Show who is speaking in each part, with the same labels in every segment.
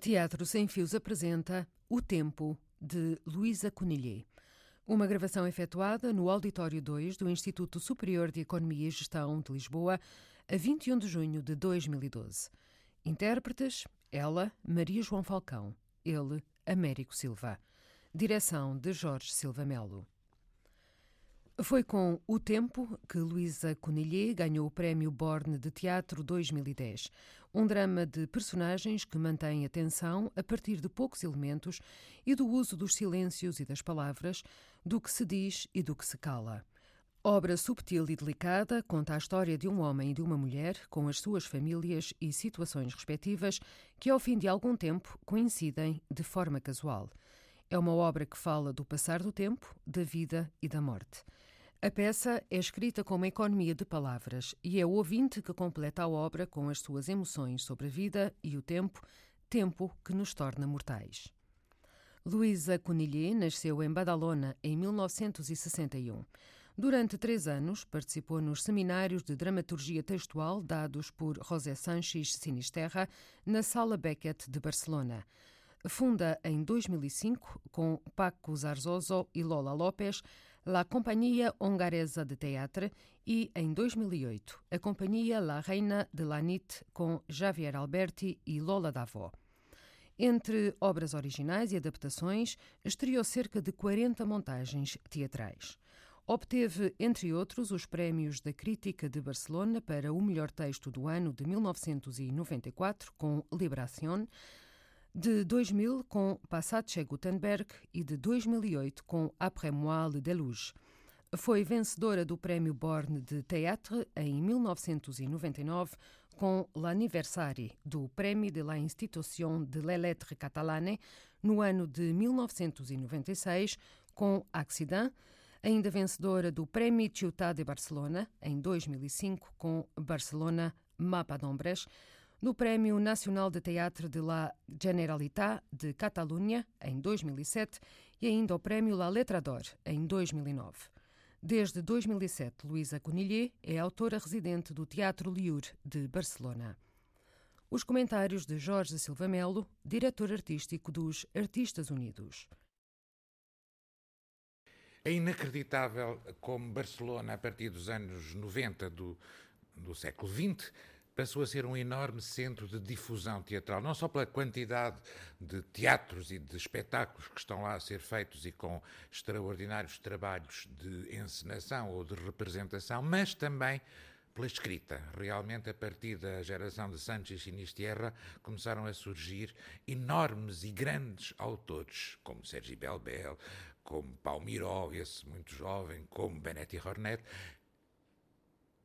Speaker 1: Teatro Sem Fios apresenta O Tempo, de Luísa Conilhê. Uma gravação efetuada no Auditório 2 do Instituto Superior de Economia e Gestão de Lisboa, a 21 de junho de 2012. Intérpretes: ela, Maria João Falcão, ele, Américo Silva. Direção de Jorge Silva Melo. Foi com O Tempo que Luísa Conilhê ganhou o Prémio Borne de Teatro 2010, um drama de personagens que mantém a tensão a partir de poucos elementos e do uso dos silêncios e das palavras, do que se diz e do que se cala. Obra subtil e delicada, conta a história de um homem e de uma mulher, com as suas famílias e situações respectivas, que ao fim de algum tempo coincidem de forma casual. É uma obra que fala do passar do tempo, da vida e da morte. A peça é escrita com uma economia de palavras e é o ouvinte que completa a obra com as suas emoções sobre a vida e o tempo, tempo que nos torna mortais. Luísa Conilhê nasceu em Badalona em 1961. Durante três anos participou nos seminários de dramaturgia textual dados por José Sanches Sinisterra na Sala Beckett de Barcelona. Funda em 2005, com Paco Zarzoso e Lola Lopes, La Companhia Hongaresa de Teatro e, em 2008, a Companhia La Reina de la Nit, com Javier Alberti e Lola Davó. Entre obras originais e adaptações, estreou cerca de 40 montagens teatrais. Obteve, entre outros, os prémios da Crítica de Barcelona para o melhor texto do ano de 1994, com Libración, de 2000 com Passatge Gutenberg e de 2008 com Après moi le déluge. Foi vencedora do Prémio Born de Teatro em 1999 com L'Anniversari do Prémio de la Institution de la Lettre Catalane no ano de 1996 com Accident, ainda vencedora do Prémio Ciutat de Barcelona em 2005 com Barcelona Mapa d'Ombres, no Prémio Nacional de Teatro de la Generalitat de Catalunha, em 2007, e ainda o Prémio La Letra d'Or, em 2009. Desde 2007, Luísa Conilhê é autora residente do Teatro Liur, de Barcelona. Os comentários de Jorge Silva Melo, diretor artístico dos Artistas Unidos.
Speaker 2: É inacreditável como Barcelona, a partir dos anos 90 do, do século XX, passou a ser um enorme centro de difusão teatral, não só pela quantidade de teatros e de espetáculos que estão lá a ser feitos e com extraordinários trabalhos de encenação ou de representação, mas também pela escrita. Realmente, a partir da geração de Sanchez Sinistierra, começaram a surgir enormes e grandes autores, como Sergi Belbel, como Palmiró, esse muito jovem, como Benetti Hornet,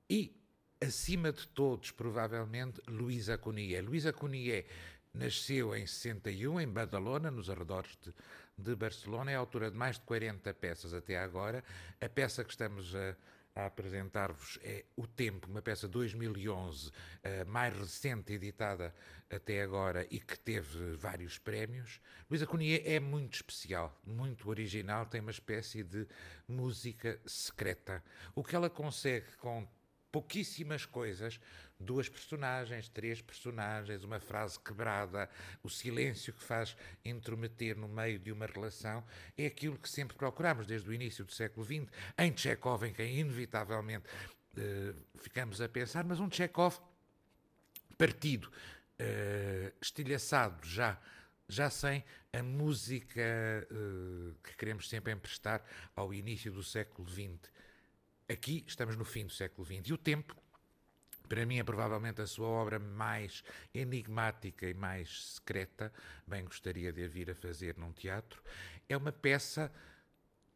Speaker 2: e acima de todos, provavelmente, Luísa Cunier. Luísa Cunier nasceu em 61, em Badalona, nos arredores de, de, Barcelona, é autora de mais de 40 peças até agora. A peça que estamos a, a apresentar-vos é O Tempo, uma peça 2011, eh, mais recente, editada até agora e que teve vários prémios. Luísa Cunha é muito especial, muito original, tem uma espécie de música secreta. O que ela consegue com pouquíssimas coisas, duas personagens, três personagens, uma frase quebrada, o silêncio que faz intrometer no meio de uma relação, é aquilo que sempre procuramos desde o início do século XX, em Chekhov, em quem inevitavelmente eh, ficamos a pensar, mas um Chekhov partido, eh, estilhaçado já já sem a música eh, que queremos sempre emprestar ao início do século XX. Aqui estamos no fim do século XX e o tempo, para mim, é provavelmente a sua obra mais enigmática e mais secreta. Bem gostaria de a vir a fazer num teatro. É uma peça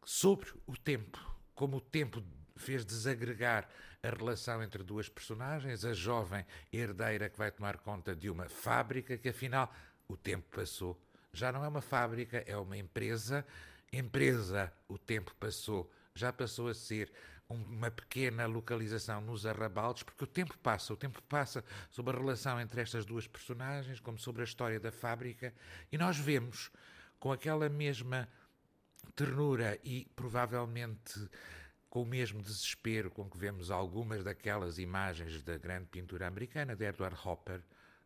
Speaker 2: sobre o tempo, como o tempo fez desagregar a relação entre duas personagens, a jovem herdeira que vai tomar conta de uma fábrica que afinal o tempo passou. Já não é uma fábrica, é uma empresa. Empresa, o tempo passou já passou a ser um, uma pequena localização nos arrabaldes, porque o tempo passa, o tempo passa sobre a relação entre estas duas personagens, como sobre a história da fábrica, e nós vemos com aquela mesma ternura e provavelmente com o mesmo desespero com que vemos algumas daquelas imagens da grande pintura americana de Edward Hopper,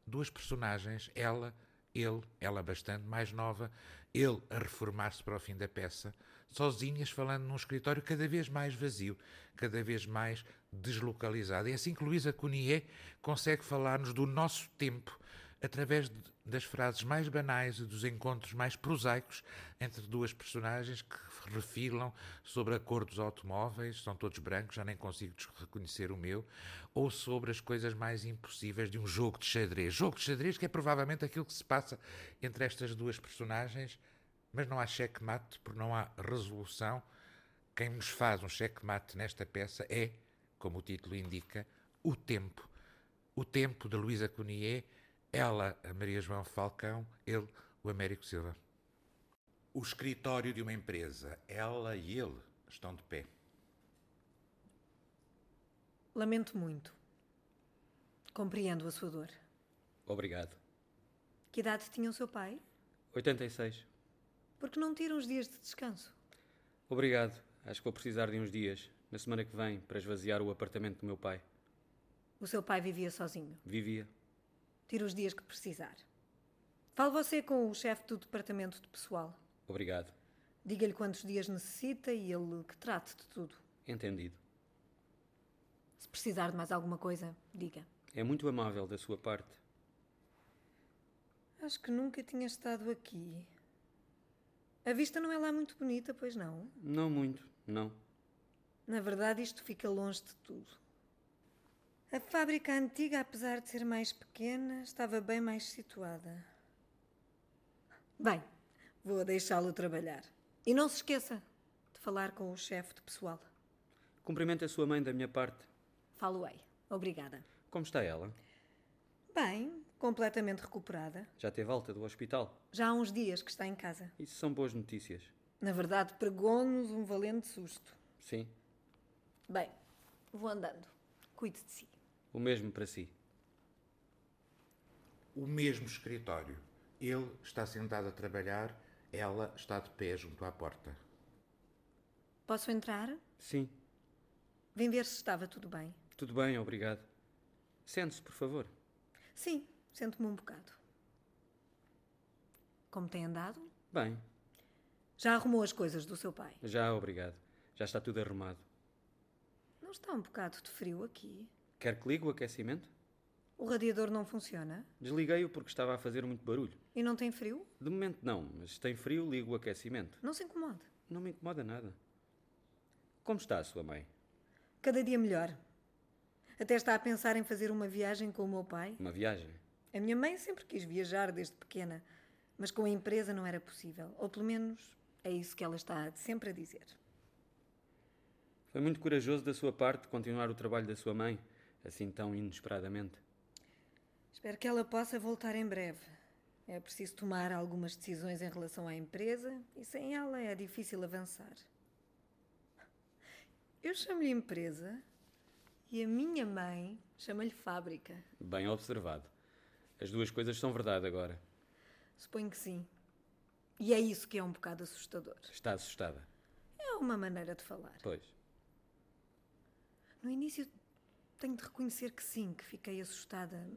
Speaker 2: duas personagens, ela ele, ela bastante mais nova, ele a reformar-se para o fim da peça, sozinhas falando num escritório cada vez mais vazio, cada vez mais deslocalizado. É assim que Luísa Cunier consegue falar-nos do nosso tempo através de, das frases mais banais e dos encontros mais prosaicos entre duas personagens que refilam sobre a cor dos automóveis, são todos brancos, já nem consigo reconhecer o meu, ou sobre as coisas mais impossíveis de um jogo de xadrez. Jogo de xadrez que é provavelmente aquilo que se passa entre estas duas personagens, mas não há checkmate, porque não há resolução. Quem nos faz um checkmate nesta peça é, como o título indica, o tempo. O tempo de Luísa Cunier ela, a Maria João Falcão, ele, o Américo Silva. O escritório de uma empresa, ela e ele estão de pé.
Speaker 3: Lamento muito. Compreendo a sua dor.
Speaker 4: Obrigado.
Speaker 3: Que idade tinha o seu pai?
Speaker 4: 86.
Speaker 3: Por que não tira uns dias de descanso?
Speaker 4: Obrigado. Acho que vou precisar de uns dias, na semana que vem, para esvaziar o apartamento do meu pai.
Speaker 3: O seu pai vivia sozinho.
Speaker 4: Vivia.
Speaker 3: Tira os dias que precisar. Fale você com o chefe do departamento de pessoal.
Speaker 4: Obrigado.
Speaker 3: Diga-lhe quantos dias necessita e ele que trate de tudo.
Speaker 4: Entendido.
Speaker 3: Se precisar de mais alguma coisa, diga.
Speaker 4: É muito amável da sua parte.
Speaker 3: Acho que nunca tinha estado aqui. A vista não é lá muito bonita, pois não?
Speaker 4: Não muito, não.
Speaker 3: Na verdade, isto fica longe de tudo. A fábrica antiga, apesar de ser mais pequena, estava bem mais situada. Bem, vou deixá-lo trabalhar. E não se esqueça de falar com o chefe de pessoal.
Speaker 4: Cumprimento a sua mãe da minha parte.
Speaker 3: Falo-ei. Obrigada.
Speaker 4: Como está ela?
Speaker 3: Bem, completamente recuperada.
Speaker 4: Já teve alta do hospital?
Speaker 3: Já há uns dias que está em casa.
Speaker 4: Isso são boas notícias.
Speaker 3: Na verdade, pregou-nos um valente susto.
Speaker 4: Sim.
Speaker 3: Bem, vou andando. Cuide de si.
Speaker 4: O mesmo para si.
Speaker 2: O mesmo escritório. Ele está sentado a trabalhar, ela está de pé junto à porta.
Speaker 3: Posso entrar?
Speaker 4: Sim.
Speaker 3: Vim ver se estava tudo bem.
Speaker 4: Tudo bem, obrigado. Sente-se, por favor.
Speaker 3: Sim, sento-me um bocado. Como tem andado?
Speaker 4: Bem,
Speaker 3: Já arrumou as coisas do seu pai?
Speaker 4: já obrigado. Já está tudo arrumado.
Speaker 3: Não está um bocado de frio aqui?
Speaker 4: Quer que ligue o aquecimento?
Speaker 3: O radiador não funciona?
Speaker 4: Desliguei-o porque estava a fazer muito barulho.
Speaker 3: E não tem frio?
Speaker 4: De momento não, mas se tem frio, ligo o aquecimento.
Speaker 3: Não se incomode.
Speaker 4: Não me incomoda nada. Como está a sua mãe?
Speaker 3: Cada dia melhor. Até está a pensar em fazer uma viagem com o meu pai.
Speaker 4: Uma viagem?
Speaker 3: A minha mãe sempre quis viajar desde pequena, mas com a empresa não era possível. Ou pelo menos é isso que ela está sempre a dizer.
Speaker 4: Foi muito corajoso da sua parte continuar o trabalho da sua mãe, assim tão inesperadamente.
Speaker 3: Espero que ela possa voltar em breve. É preciso tomar algumas decisões em relação à empresa e sem ela é difícil avançar. Eu chamo-lhe empresa e a minha mãe chama-lhe fábrica.
Speaker 4: Bem observado. As duas coisas são verdade agora.
Speaker 3: Suponho que sim. E é isso que é um bocado assustador.
Speaker 4: Está assustada.
Speaker 3: É uma maneira de falar.
Speaker 4: Pois.
Speaker 3: No início tenho de reconhecer que sim, que fiquei assustada,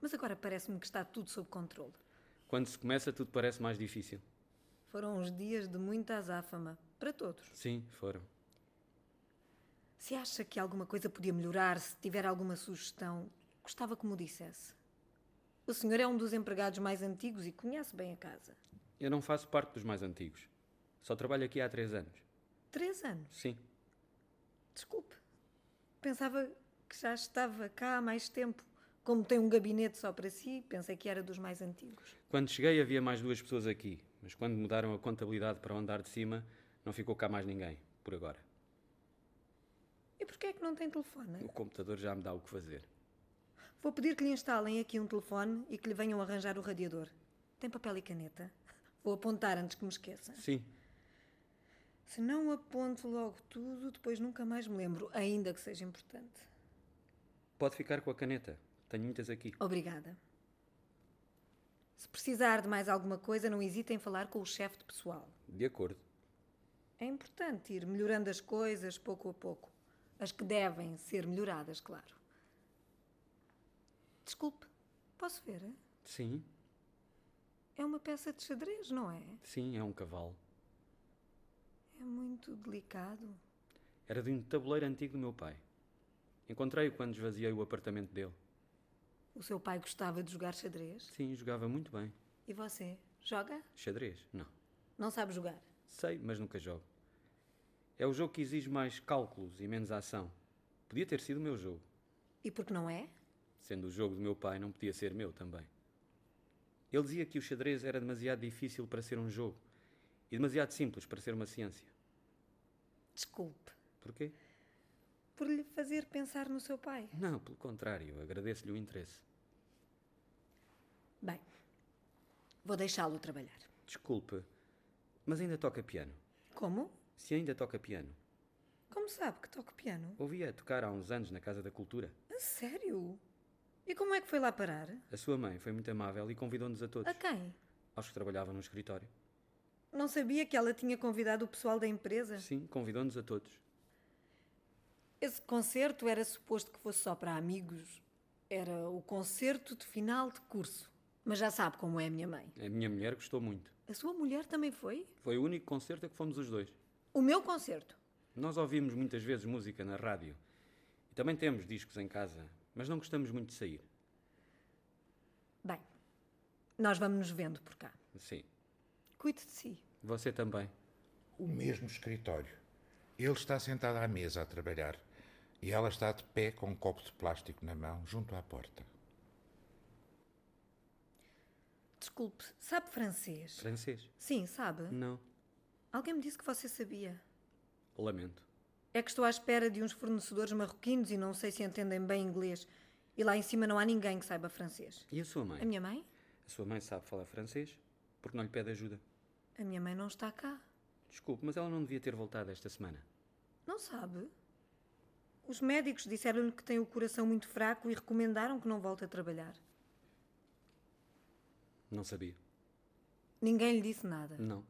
Speaker 3: mas agora parece-me que está tudo sob controle.
Speaker 4: Quando se começa, tudo parece mais difícil.
Speaker 3: Foram uns dias de muita azáfama, para todos.
Speaker 4: Sim, foram.
Speaker 3: Se acha que alguma coisa podia melhorar, se tiver alguma sugestão, gostava que me o dissesse. O senhor é um dos empregados mais antigos e conhece bem a casa.
Speaker 4: Eu não faço parte dos mais antigos. Só trabalho aqui há três anos.
Speaker 3: Três anos.
Speaker 4: Sim.
Speaker 3: Desculpe. Pensava que já estava cá há mais tempo. Como tem um gabinete só para si, pensei que era dos mais antigos.
Speaker 4: Quando cheguei, havia mais duas pessoas aqui, mas quando mudaram a contabilidade para o andar de cima, não ficou cá mais ninguém, por agora.
Speaker 3: E porquê é que não tem telefone?
Speaker 4: O computador já me dá o que fazer.
Speaker 3: Vou pedir que lhe instalem aqui um telefone e que lhe venham arranjar o radiador. Tem papel e caneta? Vou apontar antes que me esqueça.
Speaker 4: Sim.
Speaker 3: Se não aponto logo tudo, depois nunca mais me lembro, ainda que seja importante.
Speaker 4: Pode ficar com a caneta. Tenho muitas aqui.
Speaker 3: Obrigada. Se precisar de mais alguma coisa, não hesite em falar com o chefe de pessoal.
Speaker 4: De acordo.
Speaker 3: É importante ir melhorando as coisas pouco a pouco. As que devem ser melhoradas, claro. Desculpe, posso ver?
Speaker 4: Sim.
Speaker 3: É uma peça de xadrez, não é?
Speaker 4: Sim, é um cavalo.
Speaker 3: É muito delicado.
Speaker 4: Era de um tabuleiro antigo do meu pai. Encontrei-o quando esvaziei o apartamento dele.
Speaker 3: O seu pai gostava de jogar xadrez?
Speaker 4: Sim, jogava muito bem.
Speaker 3: E você? Joga?
Speaker 4: Xadrez? Não.
Speaker 3: Não sabe jogar?
Speaker 4: Sei, mas nunca jogo. É o jogo que exige mais cálculos e menos ação. Podia ter sido o meu jogo.
Speaker 3: E porque não é?
Speaker 4: Sendo o jogo do meu pai, não podia ser meu também. Ele dizia que o xadrez era demasiado difícil para ser um jogo e demasiado simples para ser uma ciência.
Speaker 3: Desculpe.
Speaker 4: Porquê?
Speaker 3: Por lhe fazer pensar no seu pai.
Speaker 4: Não, pelo contrário, agradeço-lhe o interesse.
Speaker 3: Bem, vou deixá-lo trabalhar.
Speaker 4: Desculpe, mas ainda toca piano.
Speaker 3: Como?
Speaker 4: Se ainda toca piano.
Speaker 3: Como sabe que toco piano?
Speaker 4: Ouvia tocar há uns anos na Casa da Cultura.
Speaker 3: A sério? E como é que foi lá parar?
Speaker 4: A sua mãe foi muito amável e convidou-nos a todos.
Speaker 3: A quem?
Speaker 4: Aos que trabalhavam no escritório.
Speaker 3: Não sabia que ela tinha convidado o pessoal da empresa?
Speaker 4: Sim, convidou-nos a todos.
Speaker 3: Esse concerto era suposto que fosse só para amigos. Era o concerto de final de curso. Mas já sabe como é a minha mãe.
Speaker 4: A minha mulher gostou muito.
Speaker 3: A sua mulher também foi?
Speaker 4: Foi o único concerto a que fomos os dois.
Speaker 3: O meu concerto.
Speaker 4: Nós ouvimos muitas vezes música na rádio. E também temos discos em casa, mas não gostamos muito de sair.
Speaker 3: Bem, nós vamos nos vendo por cá.
Speaker 4: Sim.
Speaker 3: Cuide de si.
Speaker 4: Você também.
Speaker 2: O mesmo escritório. Ele está sentado à mesa a trabalhar e ela está de pé com um copo de plástico na mão junto à porta.
Speaker 3: Desculpe, sabe francês?
Speaker 4: Francês?
Speaker 3: Sim, sabe?
Speaker 4: Não.
Speaker 3: Alguém me disse que você sabia.
Speaker 4: Lamento.
Speaker 3: É que estou à espera de uns fornecedores marroquinos e não sei se entendem bem inglês. E lá em cima não há ninguém que saiba francês.
Speaker 4: E a sua mãe?
Speaker 3: A minha mãe?
Speaker 4: A sua mãe sabe falar francês? Porque não lhe pede ajuda?
Speaker 3: A minha mãe não está cá.
Speaker 4: Desculpe, mas ela não devia ter voltado esta semana.
Speaker 3: Não sabe? Os médicos disseram-lhe que tem o coração muito fraco e recomendaram que não volte a trabalhar.
Speaker 4: Não sabia.
Speaker 3: Ninguém lhe disse nada.
Speaker 4: Não.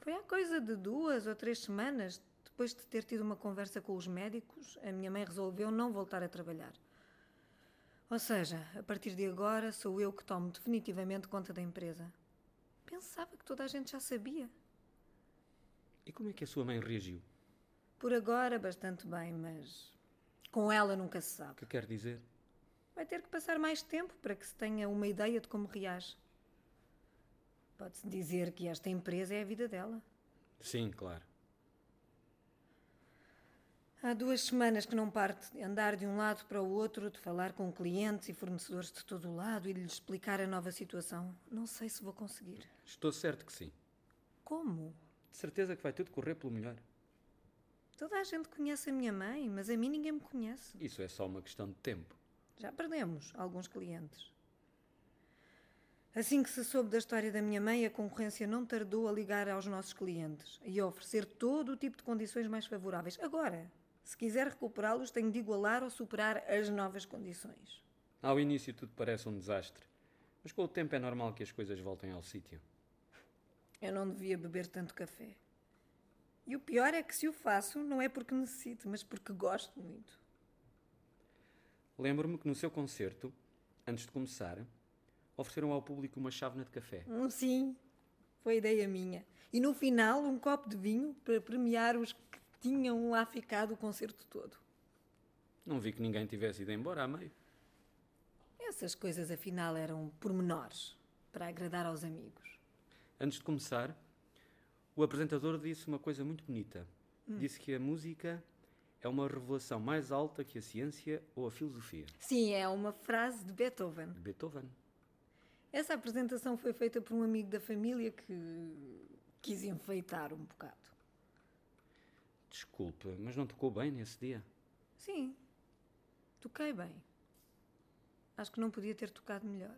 Speaker 3: Foi há coisa de duas ou três semanas, depois de ter tido uma conversa com os médicos, a minha mãe resolveu não voltar a trabalhar. Ou seja, a partir de agora sou eu que tomo definitivamente conta da empresa. Pensava que toda a gente já sabia.
Speaker 4: E como é que a sua mãe reagiu?
Speaker 3: Por agora, bastante bem, mas. com ela nunca se
Speaker 4: O
Speaker 3: sabe.
Speaker 4: que quer dizer?
Speaker 3: Vai ter que passar mais tempo para que se tenha uma ideia de como reage. Pode-se dizer que esta empresa é a vida dela.
Speaker 4: Sim, claro.
Speaker 3: Há duas semanas que não parte de andar de um lado para o outro, de falar com clientes e fornecedores de todo o lado e de lhes explicar a nova situação. Não sei se vou conseguir.
Speaker 4: Estou certo que sim.
Speaker 3: Como?
Speaker 4: De certeza que vai tudo correr pelo melhor.
Speaker 3: Toda a gente conhece a minha mãe, mas a mim ninguém me conhece.
Speaker 4: Isso é só uma questão de tempo.
Speaker 3: Já perdemos alguns clientes. Assim que se soube da história da minha mãe, a concorrência não tardou a ligar aos nossos clientes e a oferecer todo o tipo de condições mais favoráveis. Agora, se quiser recuperá-los, tenho de igualar ou superar as novas condições.
Speaker 4: Ao início tudo parece um desastre, mas com o tempo é normal que as coisas voltem ao sítio.
Speaker 3: Eu não devia beber tanto café. E o pior é que se o faço, não é porque necessite, mas porque gosto muito.
Speaker 4: Lembro-me que no seu concerto, antes de começar, ofereceram ao público uma chávena de café.
Speaker 3: Hum, Sim, foi ideia minha. E no final, um copo de vinho para premiar os que tinham lá ficado o concerto todo.
Speaker 4: Não vi que ninguém tivesse ido embora a meio.
Speaker 3: Essas coisas, afinal, eram pormenores para agradar aos amigos.
Speaker 4: Antes de começar, o apresentador disse uma coisa muito bonita. Disse que a música é uma revelação mais alta que a ciência ou a filosofia.
Speaker 3: Sim, é uma frase de Beethoven.
Speaker 4: De Beethoven.
Speaker 3: Essa apresentação foi feita por um amigo da família que quis enfeitar um bocado.
Speaker 4: Desculpe, mas não tocou bem nesse dia.
Speaker 3: Sim, toquei bem. Acho que não podia ter tocado melhor.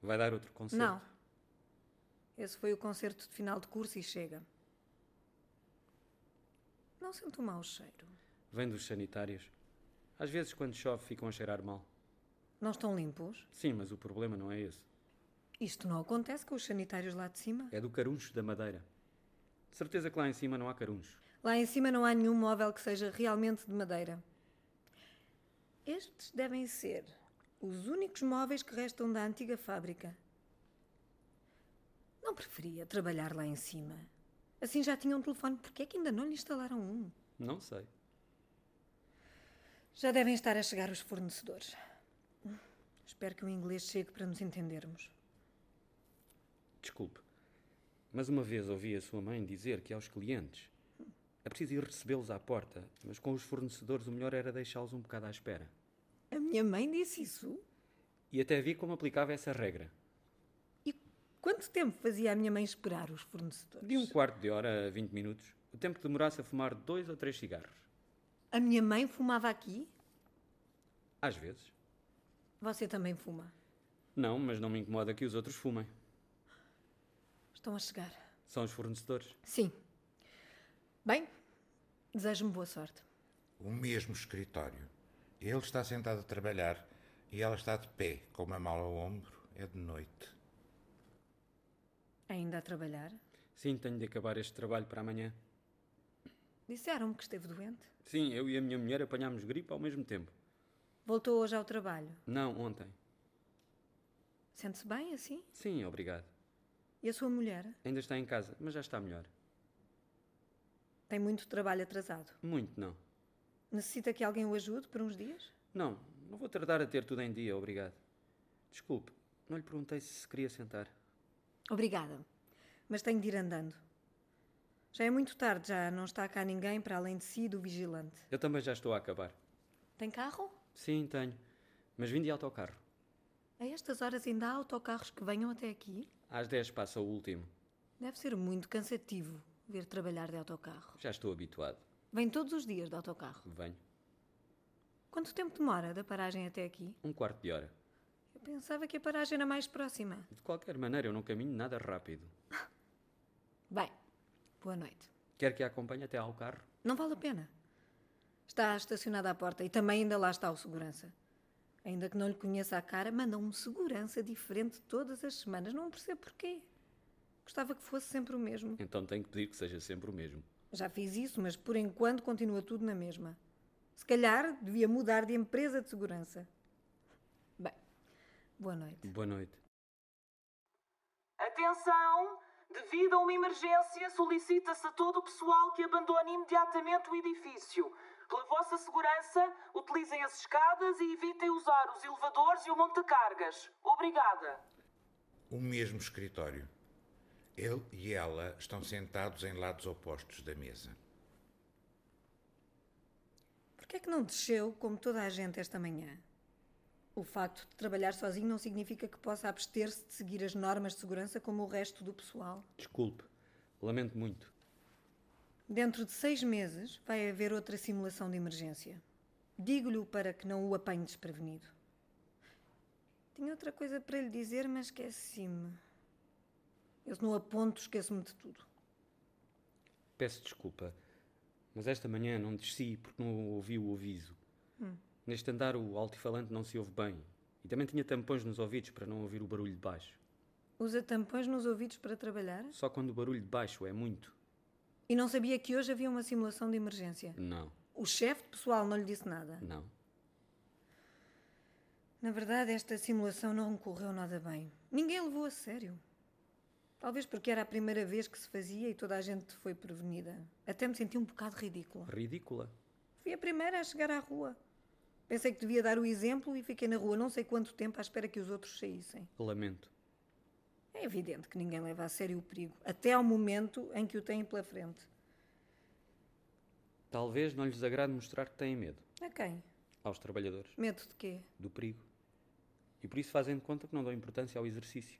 Speaker 4: Vai dar outro concerto?
Speaker 3: Não. Esse foi o concerto de final de curso e chega. Não sinto mau cheiro.
Speaker 4: Vem dos sanitários. Às vezes, quando chove, ficam a cheirar mal.
Speaker 3: Não estão limpos?
Speaker 4: Sim, mas o problema não é esse.
Speaker 3: Isto não acontece com os sanitários lá de cima?
Speaker 4: É do caruncho da madeira. De certeza que lá em cima não há caruncho.
Speaker 3: Lá em cima não há nenhum móvel que seja realmente de madeira. Estes devem ser os únicos móveis que restam da antiga fábrica. Não preferia trabalhar lá em cima. Assim já tinha um telefone. Porquê é que ainda não lhe instalaram um?
Speaker 4: Não sei.
Speaker 3: Já devem estar a chegar os fornecedores. Hum, Espero que o inglês chegue para nos entendermos.
Speaker 4: Desculpe. Mas uma vez ouvi a sua mãe dizer que aos clientes é preciso ir recebê-los à porta, mas com os fornecedores o melhor era deixá-los um bocado à espera.
Speaker 3: A minha mãe disse isso?
Speaker 4: E até vi como aplicava essa regra.
Speaker 3: E quanto tempo fazia a minha mãe esperar os fornecedores?
Speaker 4: De um quarto de hora a 20 minutos, o tempo que demorasse a fumar dois ou três cigarros.
Speaker 3: A minha mãe fumava aqui?
Speaker 4: Às vezes.
Speaker 3: Você também fuma.
Speaker 4: Não, mas não me incomoda que os outros fumem.
Speaker 3: Estão a chegar.
Speaker 4: São os fornecedores.
Speaker 3: Sim. Bem, desejo-me boa sorte.
Speaker 2: O mesmo escritório. Ele está sentado a trabalhar e ela está de pé, com uma mala ao ombro. É de noite.
Speaker 3: Ainda a trabalhar?
Speaker 4: Sim, tenho de acabar este trabalho para amanhã.
Speaker 3: Disseram-me que esteve doente.
Speaker 4: Sim, eu e a minha mulher apanhámos gripe ao mesmo tempo.
Speaker 3: Voltou hoje ao trabalho.
Speaker 4: Não, ontem.
Speaker 3: Sente-se bem assim?
Speaker 4: Sim, obrigado.
Speaker 3: E a sua mulher?
Speaker 4: Ainda está em casa, mas já está melhor.
Speaker 3: Tem muito trabalho atrasado.
Speaker 4: Muito não.
Speaker 3: Necessita que alguém o ajude por uns dias?
Speaker 4: Não, não vou tratar a ter tudo em dia, obrigado. Desculpe, não lhe perguntei se se queria sentar.
Speaker 3: Obrigada. Mas tenho de ir andando. Já é muito tarde, já não está cá ninguém para além de si e do vigilante.
Speaker 4: Eu também já estou a acabar.
Speaker 3: Tem carro?
Speaker 4: Sim, tenho. Mas vim de autocarro.
Speaker 3: A estas horas ainda há autocarros que venham até aqui?
Speaker 4: Às 10 passa o último.
Speaker 3: Deve ser muito cansativo ver trabalhar de autocarro.
Speaker 4: Já estou habituado.
Speaker 3: Vem todos os dias de autocarro.
Speaker 4: Venho.
Speaker 3: Quanto tempo demora da paragem até aqui?
Speaker 4: Um quarto de hora.
Speaker 3: Eu pensava que a paragem era mais próxima.
Speaker 4: De qualquer maneira, eu não caminho nada rápido.
Speaker 3: Bem, boa noite.
Speaker 4: Quer que a acompanhe até ao carro?
Speaker 3: Não vale a pena. Está estacionada à porta e também ainda lá está o segurança. Ainda que não lhe conheça a cara, manda um segurança diferente todas as semanas. Não percebo porquê. Gostava que fosse sempre o mesmo.
Speaker 4: Então tenho que pedir que seja sempre o mesmo.
Speaker 3: Já fiz isso, mas por enquanto continua tudo na mesma. Se calhar devia mudar de empresa de segurança. Bem, boa noite.
Speaker 4: Boa noite.
Speaker 5: Atenção! Devido a uma emergência, solicita-se a todo o pessoal que abandone imediatamente o edifício. Pela vossa segurança, utilizem as escadas e evitem usar os elevadores e o montacargas. Obrigada.
Speaker 2: O mesmo escritório. Ele e ela estão sentados em lados opostos da mesa.
Speaker 3: Porquê é que não desceu como toda a gente esta manhã? O facto de trabalhar sozinho não significa que possa abster-se de seguir as normas de segurança como o resto do pessoal.
Speaker 4: Desculpe. Lamento muito.
Speaker 3: Dentro de seis meses vai haver outra simulação de emergência. Digo-lhe para que não o apanhe desprevenido. Tinha outra coisa para lhe dizer, mas esqueci-me. Eu, se não aponto, esqueço-me de tudo.
Speaker 4: Peço desculpa, mas esta manhã não desci porque não ouvi o aviso. Neste andar o altifalante não se ouve bem. E também tinha tampões nos ouvidos para não ouvir o barulho de baixo.
Speaker 3: Usa tampões nos ouvidos para trabalhar?
Speaker 4: Só quando o barulho de baixo é muito.
Speaker 3: E não sabia que hoje havia uma simulação de emergência.
Speaker 4: Não,
Speaker 3: O chefe de pessoal não lhe disse nada.
Speaker 4: não.
Speaker 3: Na verdade, esta simulação não correu nada bem. Ninguém a levou a sério. Talvez porque era a primeira vez que se fazia e toda a gente foi prevenida. Até me senti um bocado ridícula.
Speaker 4: Ridícula.
Speaker 3: Fui a primeira a chegar à rua. Pensei que devia dar o exemplo e fiquei na rua não sei quanto tempo à espera que os outros saíssem.
Speaker 4: Lamento.
Speaker 3: É evidente que ninguém leva a sério o perigo, até ao momento em que o têm pela frente.
Speaker 4: Talvez não lhes agrade mostrar que têm medo
Speaker 3: A quem?
Speaker 4: aos trabalhadores
Speaker 3: Medo de quê?
Speaker 4: do perigo. E por isso fazem de conta que não dão importância ao exercício.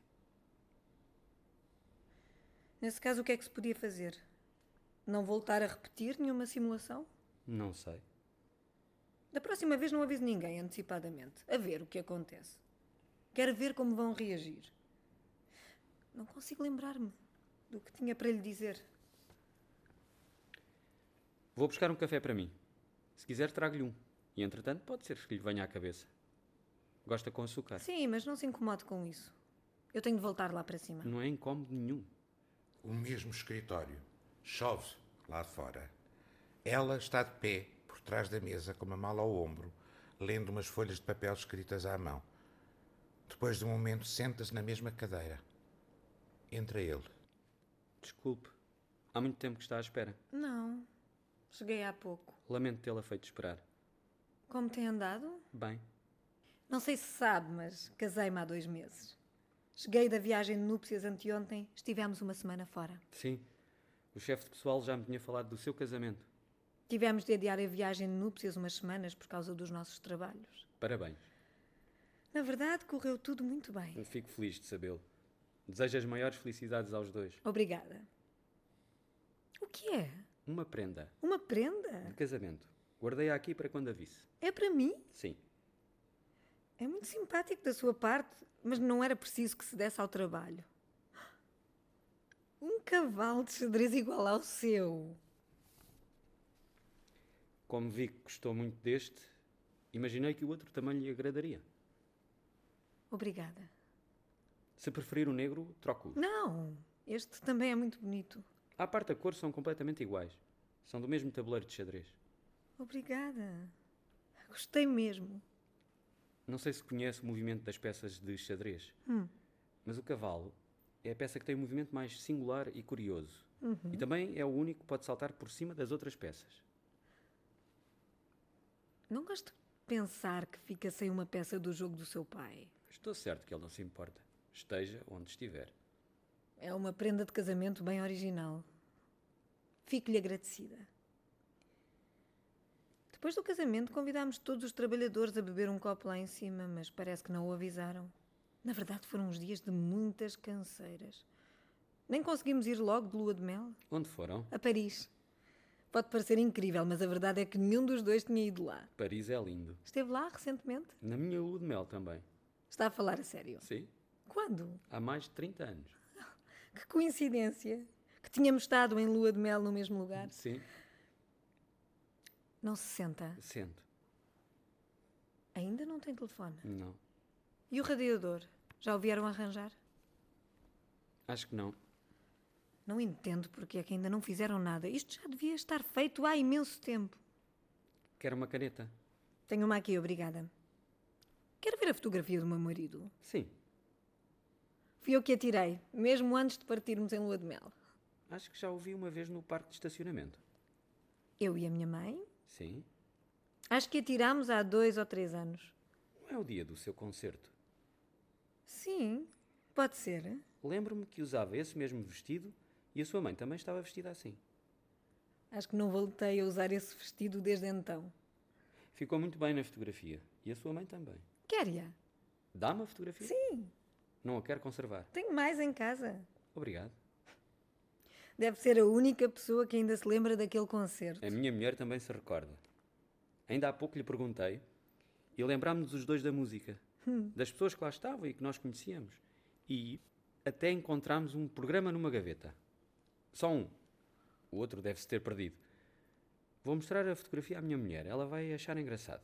Speaker 3: Nesse caso, o que é que se podia fazer? Não voltar a repetir nenhuma simulação?
Speaker 4: Não sei.
Speaker 3: Da próxima vez não aviso ninguém antecipadamente, a ver o que acontece. Quero ver como vão reagir. Não consigo lembrar-me do que tinha para lhe dizer.
Speaker 4: Vou buscar um café para mim. Se quiser, trago-lhe um. E entretanto, pode ser que lhe venha à cabeça. Gosta com açúcar?
Speaker 3: Sim, mas não se incomode com isso. Eu tenho de voltar lá para cima.
Speaker 4: Não é incómodo nenhum.
Speaker 2: O mesmo escritório. Chove lá fora. Ela está de pé, por trás da mesa, com uma mala ao ombro, lendo umas folhas de papel escritas à mão. Depois de um momento, senta-se na mesma cadeira. Entra ele.
Speaker 4: Desculpe. Há muito tempo que está à espera.
Speaker 3: Não. Cheguei há pouco.
Speaker 4: Lamento tê-la feito esperar.
Speaker 3: Como tem andado?
Speaker 4: Bem,
Speaker 3: Não sei se sabe, mas casei-me há dois meses. Cheguei da viagem de núpcias anteontem, estivemos uma semana fora.
Speaker 4: sim. O chefe de pessoal já me tinha falado do seu casamento.
Speaker 3: Tivemos de adiar a viagem de núpcias umas semanas por causa dos nossos trabalhos.
Speaker 4: Parabéns.
Speaker 3: Na verdade, correu tudo muito bem.
Speaker 4: Eu fico feliz de sabê-lo. Desejo as maiores felicidades aos dois.
Speaker 3: Obrigada. O que é?
Speaker 4: Uma prenda
Speaker 3: Uma
Speaker 4: de
Speaker 3: prenda?
Speaker 4: casamento. Guardei-a aqui para quando a visse.
Speaker 3: É para mim?
Speaker 4: Sim.
Speaker 3: É muito simpático da sua parte, mas não era preciso que se desse ao trabalho. Um cavalo de xadrez igual ao seu.
Speaker 4: Como vi que gostou muito deste, imaginei que o outro também lhe agradaria.
Speaker 3: Obrigada.
Speaker 4: Se preferir o negro, troco-o.
Speaker 3: Não, este também é muito bonito.
Speaker 4: À parte a cor, são completamente iguais. São do mesmo tabuleiro de xadrez.
Speaker 3: Obrigada. Gostei mesmo.
Speaker 4: Não sei se conhece o movimento das peças de xadrez, mas o cavalo é a peça que tem o movimento mais singular e curioso. E também é o único que pode saltar por cima das outras peças.
Speaker 3: Não gosto de pensar que fica sem uma peça do jogo do seu pai.
Speaker 4: Estou certo que ele não se importa, esteja onde estiver.
Speaker 3: É uma prenda de casamento bem original. Fico-lhe agradecida. Depois do casamento, convidámos todos os trabalhadores a beber um copo lá em cima, mas parece que não o avisaram. Na verdade, foram uns dias de muitas canseiras. Nem conseguimos ir logo de lua de mel
Speaker 4: Onde foram?
Speaker 3: a Paris. Pode parecer incrível, mas a verdade é que nenhum dos dois tinha ido lá.
Speaker 4: Paris é lindo.
Speaker 3: Esteve lá recentemente?
Speaker 4: Na minha lua de mel também.
Speaker 3: Está a falar a sério.
Speaker 4: Sim,
Speaker 3: Quando?
Speaker 4: há mais de 30 anos.
Speaker 3: Que coincidência! Que tínhamos estado em lua de mel no mesmo lugar.
Speaker 4: Sim,
Speaker 3: Não se senta.
Speaker 4: sento.
Speaker 3: Ainda não tem telefone.
Speaker 4: Não,
Speaker 3: E o radiador? Já o vieram arranjar?
Speaker 4: acho que não.
Speaker 3: Não entendo porque é que ainda não fizeram nada. Isto já devia estar feito há imenso tempo.
Speaker 4: Quer uma caneta?
Speaker 3: Tenho uma aqui, obrigada. Quero ver a fotografia do meu marido.
Speaker 4: Sim,
Speaker 3: Fui eu que a tirei, mesmo antes de partirmos em lua de mel.
Speaker 4: acho que já o vi uma vez no parque de estacionamento.
Speaker 3: Eu e a minha mãe?
Speaker 4: Sim,
Speaker 3: Acho que a tirámos há dois ou três anos.
Speaker 4: não é o dia do seu concerto.
Speaker 3: Sim, pode ser.
Speaker 4: Lembro-me que usava esse mesmo vestido e a sua mãe também estava vestida assim.
Speaker 3: Acho que não voltei a usar esse vestido desde então.
Speaker 4: Ficou muito bem na fotografia. E a sua mãe também.
Speaker 3: Quer-a?
Speaker 4: Dá-me a fotografia?
Speaker 3: Sim,
Speaker 4: Não a quero conservar.
Speaker 3: tenho mais em casa.
Speaker 4: Obrigado.
Speaker 3: Deve ser a única pessoa que ainda se lembra daquele concerto.
Speaker 4: A minha mulher também se recorda. Ainda há pouco lhe perguntei e lembrámos-nos os dois da música, das pessoas que lá estavam e que nós conhecíamos. E até encontrámos um programa numa gaveta. Só um. O outro deve-se ter perdido. Vou mostrar a fotografia à minha mulher. Ela vai achar engraçado.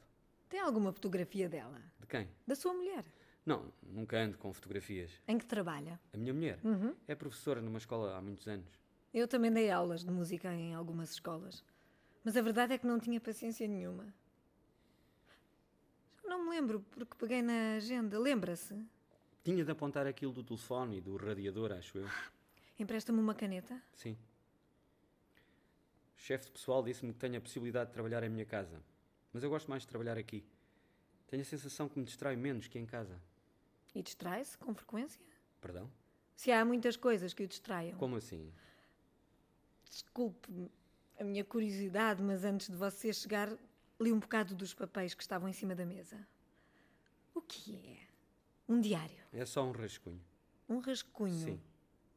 Speaker 3: Tem alguma fotografia dela?
Speaker 4: De quem?
Speaker 3: Da sua mulher?
Speaker 4: Não, nunca ando com fotografias.
Speaker 3: Em que trabalha?
Speaker 4: A minha mulher é professora numa escola há muitos anos.
Speaker 3: Eu também dei aulas de música em algumas escolas. Mas a verdade é que não tinha paciência nenhuma. Já Não me lembro porque peguei na agenda. Lembra-se?
Speaker 4: Tinha de apontar aquilo do telefone e do radiador, acho eu.
Speaker 3: Empresta-me uma caneta?
Speaker 4: Sim. O chefe de pessoal disse-me que tenho a possibilidade de trabalhar em minha casa. Mas eu gosto mais de trabalhar aqui. Tenho a sensação que me distrai menos que em casa.
Speaker 3: E distrai-se com frequência?
Speaker 4: Perdão?
Speaker 3: Se há muitas coisas que o distraiam.
Speaker 4: Como assim?
Speaker 3: Desculpe a minha curiosidade, mas antes de você chegar, li um bocado dos papéis que estavam em cima da mesa. O que é? Um diário.
Speaker 4: É só um rascunho.
Speaker 3: Um rascunho.
Speaker 4: Sim.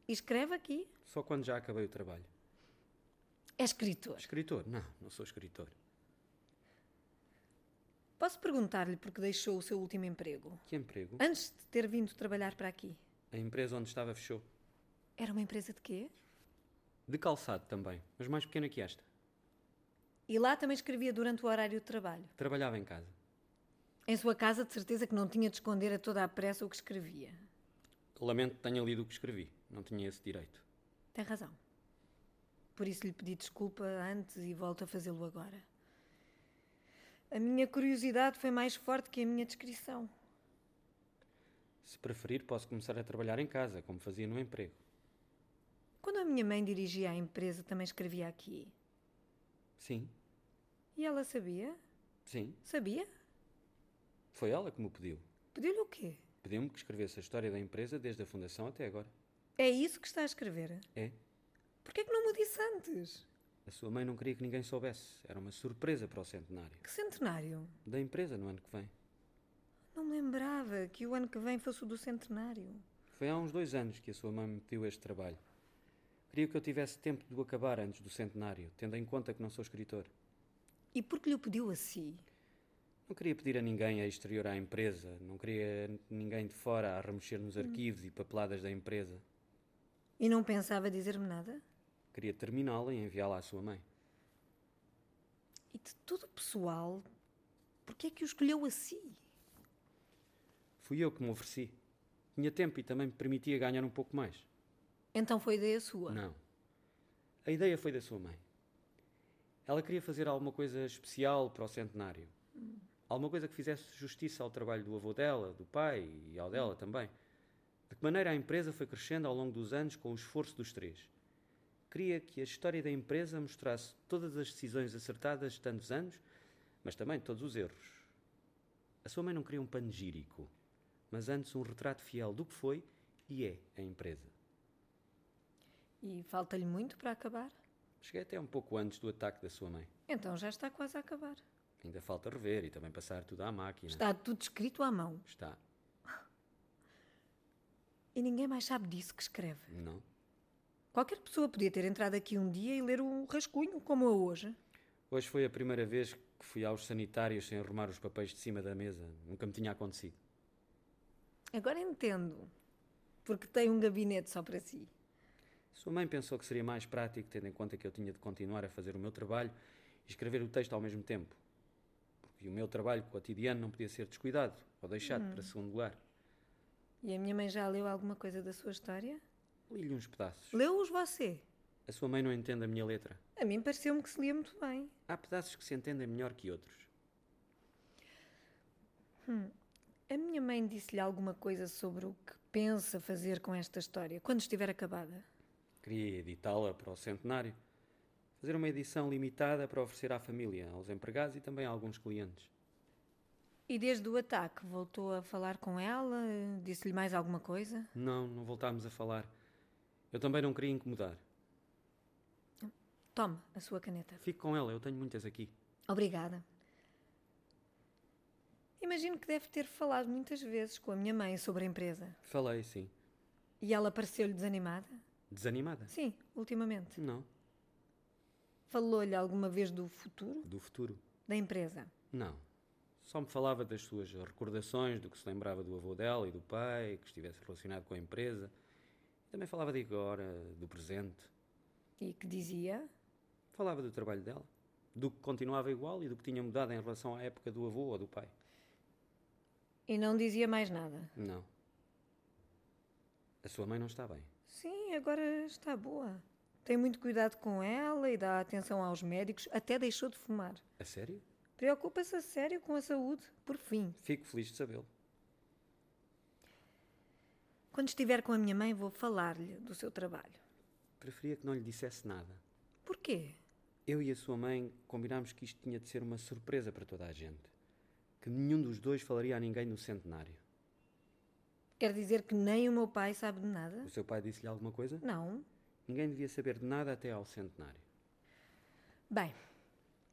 Speaker 3: E escreve aqui.
Speaker 4: Só quando já acabei o trabalho.
Speaker 3: É escritor.
Speaker 4: Escritor? Não, não sou escritor.
Speaker 3: Posso perguntar-lhe porque deixou o seu último emprego?
Speaker 4: Que emprego?
Speaker 3: Antes de ter vindo trabalhar para aqui.
Speaker 4: A empresa onde estava fechou.
Speaker 3: Era uma empresa de quê?
Speaker 4: De calçado também, mas mais pequena que esta.
Speaker 3: E lá também escrevia durante o horário de trabalho.
Speaker 4: Trabalhava em casa.
Speaker 3: Em sua casa, de certeza que não tinha de esconder a toda a pressa o que escrevia.
Speaker 4: Lamento que tenha lido o que escrevi. Não tinha esse direito.
Speaker 3: Tem razão. Por isso lhe pedi desculpa antes e volto a fazê-lo agora. A minha curiosidade foi mais forte que a minha descrição.
Speaker 4: Se preferir, posso começar a trabalhar em casa, como fazia no emprego.
Speaker 3: Quando a minha mãe dirigia a empresa, também escrevia aqui.
Speaker 4: Sim,
Speaker 3: E ela sabia?
Speaker 4: sim.
Speaker 3: Sabia?
Speaker 4: Foi ela que me pediu.
Speaker 3: Pediu-lhe o quê?
Speaker 4: Pediu-me que escrevesse a história da empresa desde a fundação até agora.
Speaker 3: É isso que está a escrever?
Speaker 4: É.
Speaker 3: Porquê é que não me disse antes?
Speaker 4: A sua mãe não queria que ninguém soubesse. Era uma surpresa para o centenário.
Speaker 3: Que centenário?
Speaker 4: Da empresa no ano que vem.
Speaker 3: Não me lembrava que o ano que vem fosse o do centenário.
Speaker 4: Foi há uns dois anos que a sua mãe me pediu este trabalho. Queria que eu tivesse tempo de o acabar antes do centenário, tendo em conta que não sou escritor.
Speaker 3: E por que lhe o pediu a si?
Speaker 4: Não queria pedir a ninguém a exterior à empresa, não queria ninguém de fora a remexer nos arquivos e papeladas da empresa.
Speaker 3: E não pensava dizer-me nada?
Speaker 4: Queria terminá-la e enviá-la à sua mãe.
Speaker 3: E de todo o pessoal, porquê é que o escolheu assim?
Speaker 4: Fui eu que me ofereci. Tinha tempo e também me permitia ganhar um pouco mais.
Speaker 3: Então foi ideia sua?
Speaker 4: Não. A ideia foi da sua mãe. Ela queria fazer alguma coisa especial para o centenário. Alguma coisa que fizesse justiça ao trabalho do avô dela, do pai e ao dela também. De que maneira a empresa foi crescendo ao longo dos anos com o esforço dos três. Queria que a história da empresa mostrasse todas as decisões acertadas de tantos anos, mas também todos os erros. A sua mãe não queria um panegírico, mas antes um retrato fiel do que foi e é a empresa.
Speaker 3: E falta-lhe muito para acabar?
Speaker 4: Cheguei até um pouco antes do ataque da sua mãe.
Speaker 3: Então já está quase a acabar.
Speaker 4: Ainda falta rever e também passar tudo à máquina.
Speaker 3: Está tudo escrito à mão.
Speaker 4: Está.
Speaker 3: E ninguém mais sabe disso que escreve.
Speaker 4: Não?
Speaker 3: Qualquer pessoa podia ter entrado aqui um dia e ler um rascunho, como eu hoje.
Speaker 4: Hoje foi a primeira vez que fui aos sanitários sem arrumar os papéis de cima da mesa. Nunca me tinha acontecido.
Speaker 3: Agora entendo. Porque tem um gabinete só para si.
Speaker 4: Sua mãe pensou que seria mais prático, tendo em conta que eu tinha de continuar a fazer o meu trabalho e escrever o texto ao mesmo tempo. Porque o meu trabalho cotidiano não podia ser descuidado ou deixado para segundo lugar.
Speaker 3: E a minha mãe já leu alguma coisa da sua história?
Speaker 4: Li-lhe uns pedaços.
Speaker 3: Leu-os você.
Speaker 4: A sua mãe não entende a minha letra.
Speaker 3: A mim pareceu-me que se lia muito bem.
Speaker 4: Há pedaços que se entendem melhor que outros.
Speaker 3: A minha mãe disse-lhe alguma coisa sobre o que pensa fazer com esta história, quando estiver acabada.
Speaker 4: Queria editá-la para o centenário. Fazer uma edição limitada para oferecer à família, aos empregados e também a alguns clientes.
Speaker 3: E desde o ataque voltou a falar com ela? Disse-lhe mais alguma coisa?
Speaker 4: Não, não voltámos a falar. Eu também não queria incomodar.
Speaker 3: Tome a sua caneta.
Speaker 4: Fico com ela, eu tenho muitas aqui.
Speaker 3: Obrigada. Imagino que deve ter falado muitas vezes com a minha mãe sobre a empresa.
Speaker 4: Falei, sim.
Speaker 3: E ela pareceu-lhe desanimada?
Speaker 4: Desanimada?
Speaker 3: Sim, ultimamente.
Speaker 4: Não.
Speaker 3: Falou-lhe alguma vez do futuro
Speaker 4: Do futuro?
Speaker 3: da empresa?
Speaker 4: Não. Só me falava das suas recordações, do que se lembrava do avô dela e do pai, que estivesse relacionado com a empresa. Também falava de agora, do presente.
Speaker 3: E que dizia?
Speaker 4: Falava do trabalho dela, do que continuava igual e do que tinha mudado em relação à época do avô ou do pai.
Speaker 3: E não dizia mais nada.
Speaker 4: Não. A sua mãe não está bem.
Speaker 3: Sim, agora está boa. Tem muito cuidado com ela e dá atenção aos médicos, até deixou de fumar.
Speaker 4: A sério?
Speaker 3: Preocupa-se a sério com a saúde, por fim.
Speaker 4: Fico feliz de sabê-lo.
Speaker 3: Quando estiver com a minha mãe, vou falar-lhe do seu trabalho.
Speaker 4: Preferia que não lhe dissesse nada.
Speaker 3: Porquê?
Speaker 4: Eu e a sua mãe combinámos que isto tinha de ser uma surpresa para toda a gente. Que nenhum dos dois falaria a ninguém no centenário.
Speaker 3: Quer dizer que nem o meu pai sabe de nada?
Speaker 4: O seu pai disse-lhe alguma coisa?
Speaker 3: Não.
Speaker 4: Ninguém devia saber de nada até ao centenário.
Speaker 3: Bem,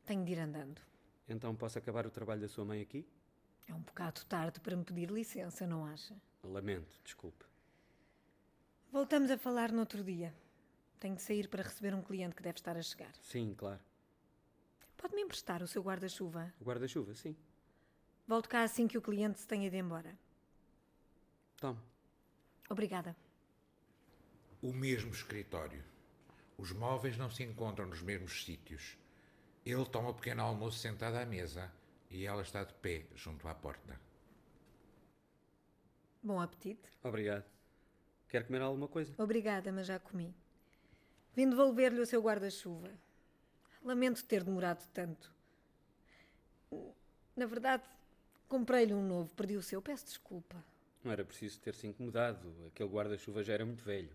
Speaker 3: tenho de ir andando.
Speaker 4: Então posso acabar o trabalho da sua mãe aqui?
Speaker 3: É um bocado tarde para me pedir licença, não acha?
Speaker 4: Lamento, desculpe.
Speaker 3: Voltamos a falar no outro dia. Tenho de sair para receber um cliente que deve estar a chegar.
Speaker 4: Sim, claro.
Speaker 3: Pode-me emprestar o seu guarda-chuva?
Speaker 4: O guarda-chuva, sim.
Speaker 3: Volto cá assim que o cliente se tenha ido embora.
Speaker 4: Tome.
Speaker 3: Obrigada.
Speaker 2: o mesmo escritório. Os móveis não se encontram nos mesmos sítios. Ele toma um pequeno almoço sentado à mesa e ela está de pé junto à porta.
Speaker 3: Bom apetite.
Speaker 4: Obrigado. Quer comer alguma coisa?
Speaker 3: Obrigada, mas já comi. Vim devolver-lhe o seu guarda-chuva. Lamento ter demorado tanto. Na verdade, comprei-lhe um novo, perdi o seu, peço desculpa.
Speaker 4: Não era preciso ter-se incomodado. Aquele guarda-chuva já era muito velho.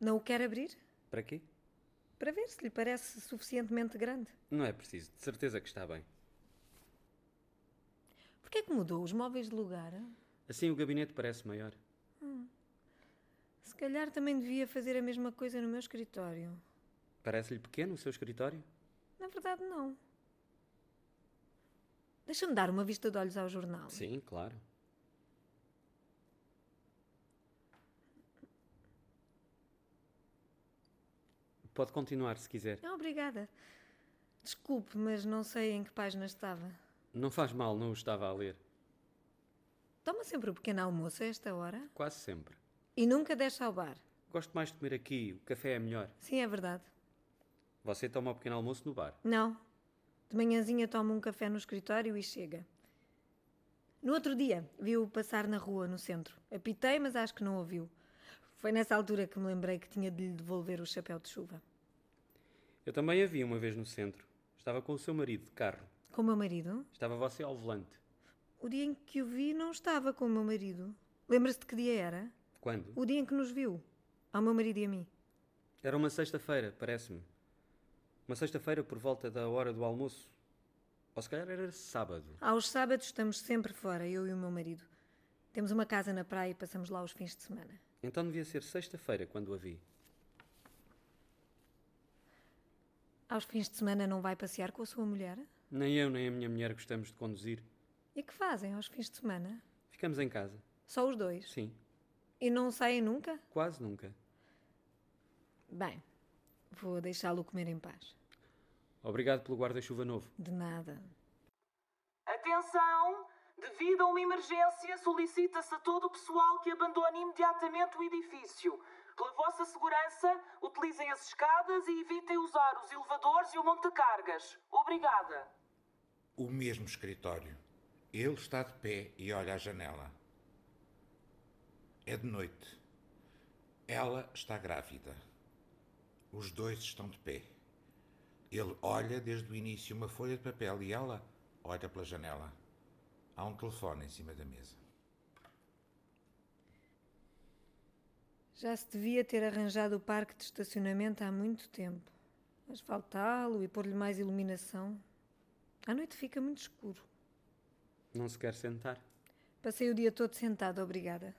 Speaker 3: Não o quer abrir?
Speaker 4: Para quê?
Speaker 3: Para ver se lhe parece suficientemente grande.
Speaker 4: Não é preciso, de certeza que está bem.
Speaker 3: Porquê é que mudou os móveis de lugar? hã?
Speaker 4: Assim o gabinete parece maior.
Speaker 3: Se calhar também devia fazer a mesma coisa no meu escritório.
Speaker 4: Parece-lhe pequeno o seu escritório?
Speaker 3: Na verdade, não. Deixa-me dar uma vista de olhos ao jornal.
Speaker 4: Sim, claro. Pode continuar se quiser.
Speaker 3: Não, Ah, obrigada. Desculpe, mas não sei em que página estava.
Speaker 4: Não faz mal, não o estava a ler.
Speaker 3: Toma sempre o pequeno almoço a esta hora
Speaker 4: Quase sempre.
Speaker 3: e nunca desce ao bar.
Speaker 4: Gosto mais de comer aqui, o café é melhor.
Speaker 3: Sim, é verdade.
Speaker 4: Você toma o pequeno almoço no bar.
Speaker 3: Não. De manhãzinha tomo um café no escritório e chega. No outro dia, vi-o passar na rua, no centro. Apitei, mas acho que não ouviu. Foi nessa altura que me lembrei que tinha de lhe devolver o chapéu de chuva.
Speaker 4: Eu também a vi uma vez no centro. Estava com o seu marido de carro.
Speaker 3: Com o meu marido?
Speaker 4: Estava você ao volante.
Speaker 3: O dia em que o vi, não estava com o meu marido. Lembra-se de que dia era?
Speaker 4: Quando?
Speaker 3: O dia em que nos viu. Ao meu marido e a mim.
Speaker 4: Era uma sexta-feira, parece-me. Uma sexta-feira por volta da hora do almoço. Ou se calhar era sábado.
Speaker 3: Aos sábados estamos sempre fora, eu e o meu marido. Temos uma casa na praia e passamos lá os fins de semana.
Speaker 4: Então devia ser sexta-feira quando a vi.
Speaker 3: Aos fins de semana não vai passear com a sua mulher?
Speaker 4: Nem eu nem a minha mulher gostamos de conduzir.
Speaker 3: E que fazem aos fins de semana?
Speaker 4: Ficamos em casa.
Speaker 3: Só os dois?
Speaker 4: Sim,
Speaker 3: E não saem nunca?
Speaker 4: quase nunca.
Speaker 3: Bem, vou deixá-lo comer em paz.
Speaker 4: Obrigado pelo guarda-chuva novo.
Speaker 3: De nada.
Speaker 5: Atenção! Devido a uma emergência, solicita-se a todo o pessoal que abandone imediatamente o edifício. Pela vossa segurança, utilizem as escadas e evitem usar os elevadores e o monte-cargas. Obrigada.
Speaker 2: O mesmo escritório. Ele está de pé e olha à janela. É de noite. Ela está grávida. Os dois estão de pé. Ele olha desde o início uma folha de papel e ela olha pela janela. Há um telefone em cima da mesa.
Speaker 3: Já se devia ter arranjado o parque de estacionamento há muito tempo. Asfaltá-lo e pôr-lhe mais iluminação. À noite fica muito escuro.
Speaker 4: Não se quer sentar?
Speaker 3: Passei o dia todo sentado, obrigada.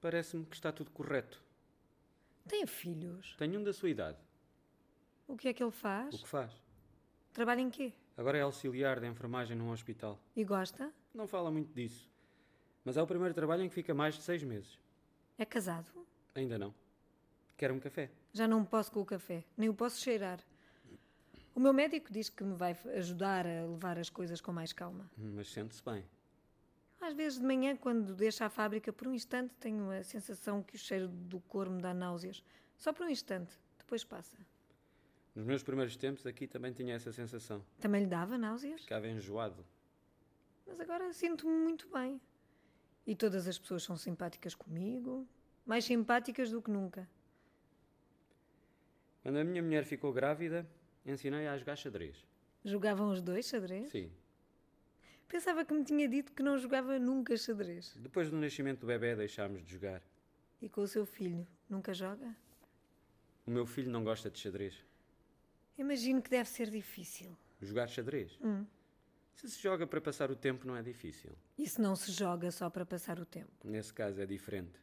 Speaker 4: Parece-me que está tudo correto.
Speaker 3: Tem filhos?
Speaker 4: Tenho um da sua idade.
Speaker 3: O que é que ele faz?
Speaker 4: O que faz?
Speaker 3: Trabalha em quê?
Speaker 4: Agora é auxiliar de enfermagem num hospital.
Speaker 3: E gosta?
Speaker 4: Não fala muito disso. Mas é o primeiro trabalho em que fica mais de seis meses.
Speaker 3: É casado?
Speaker 4: Ainda não. Quer um café?
Speaker 3: Já não posso com o café, nem o posso cheirar. O meu médico diz que me vai f- ajudar a levar as coisas com mais calma.
Speaker 4: Hum, Mas sente-se bem.
Speaker 3: Às vezes de manhã, quando deixo a fábrica por um instante, tenho a sensação que o cheiro do couro me dá náuseas. Só por um instante, depois passa.
Speaker 4: Nos meus primeiros tempos aqui também tinha essa sensação.
Speaker 3: Também lhe dava náuseas,
Speaker 4: Ficava enjoado.
Speaker 3: mas agora sinto-me muito bem. E todas as pessoas são simpáticas comigo, mais simpáticas do que nunca.
Speaker 4: Quando a minha mulher ficou grávida, ensinei-a a jogar xadrez.
Speaker 3: Jogavam os dois xadrez?
Speaker 4: Sim.
Speaker 3: Pensava que me tinha dito que não jogava nunca xadrez.
Speaker 4: Depois do nascimento do bebê deixámos de jogar.
Speaker 3: E com o seu filho, nunca joga?
Speaker 4: O meu filho não gosta de xadrez.
Speaker 3: Imagino que deve ser difícil.
Speaker 4: Jogar xadrez? Se se joga para passar o tempo não é difícil.
Speaker 3: E se não se joga só para passar o tempo?
Speaker 4: Nesse caso é diferente.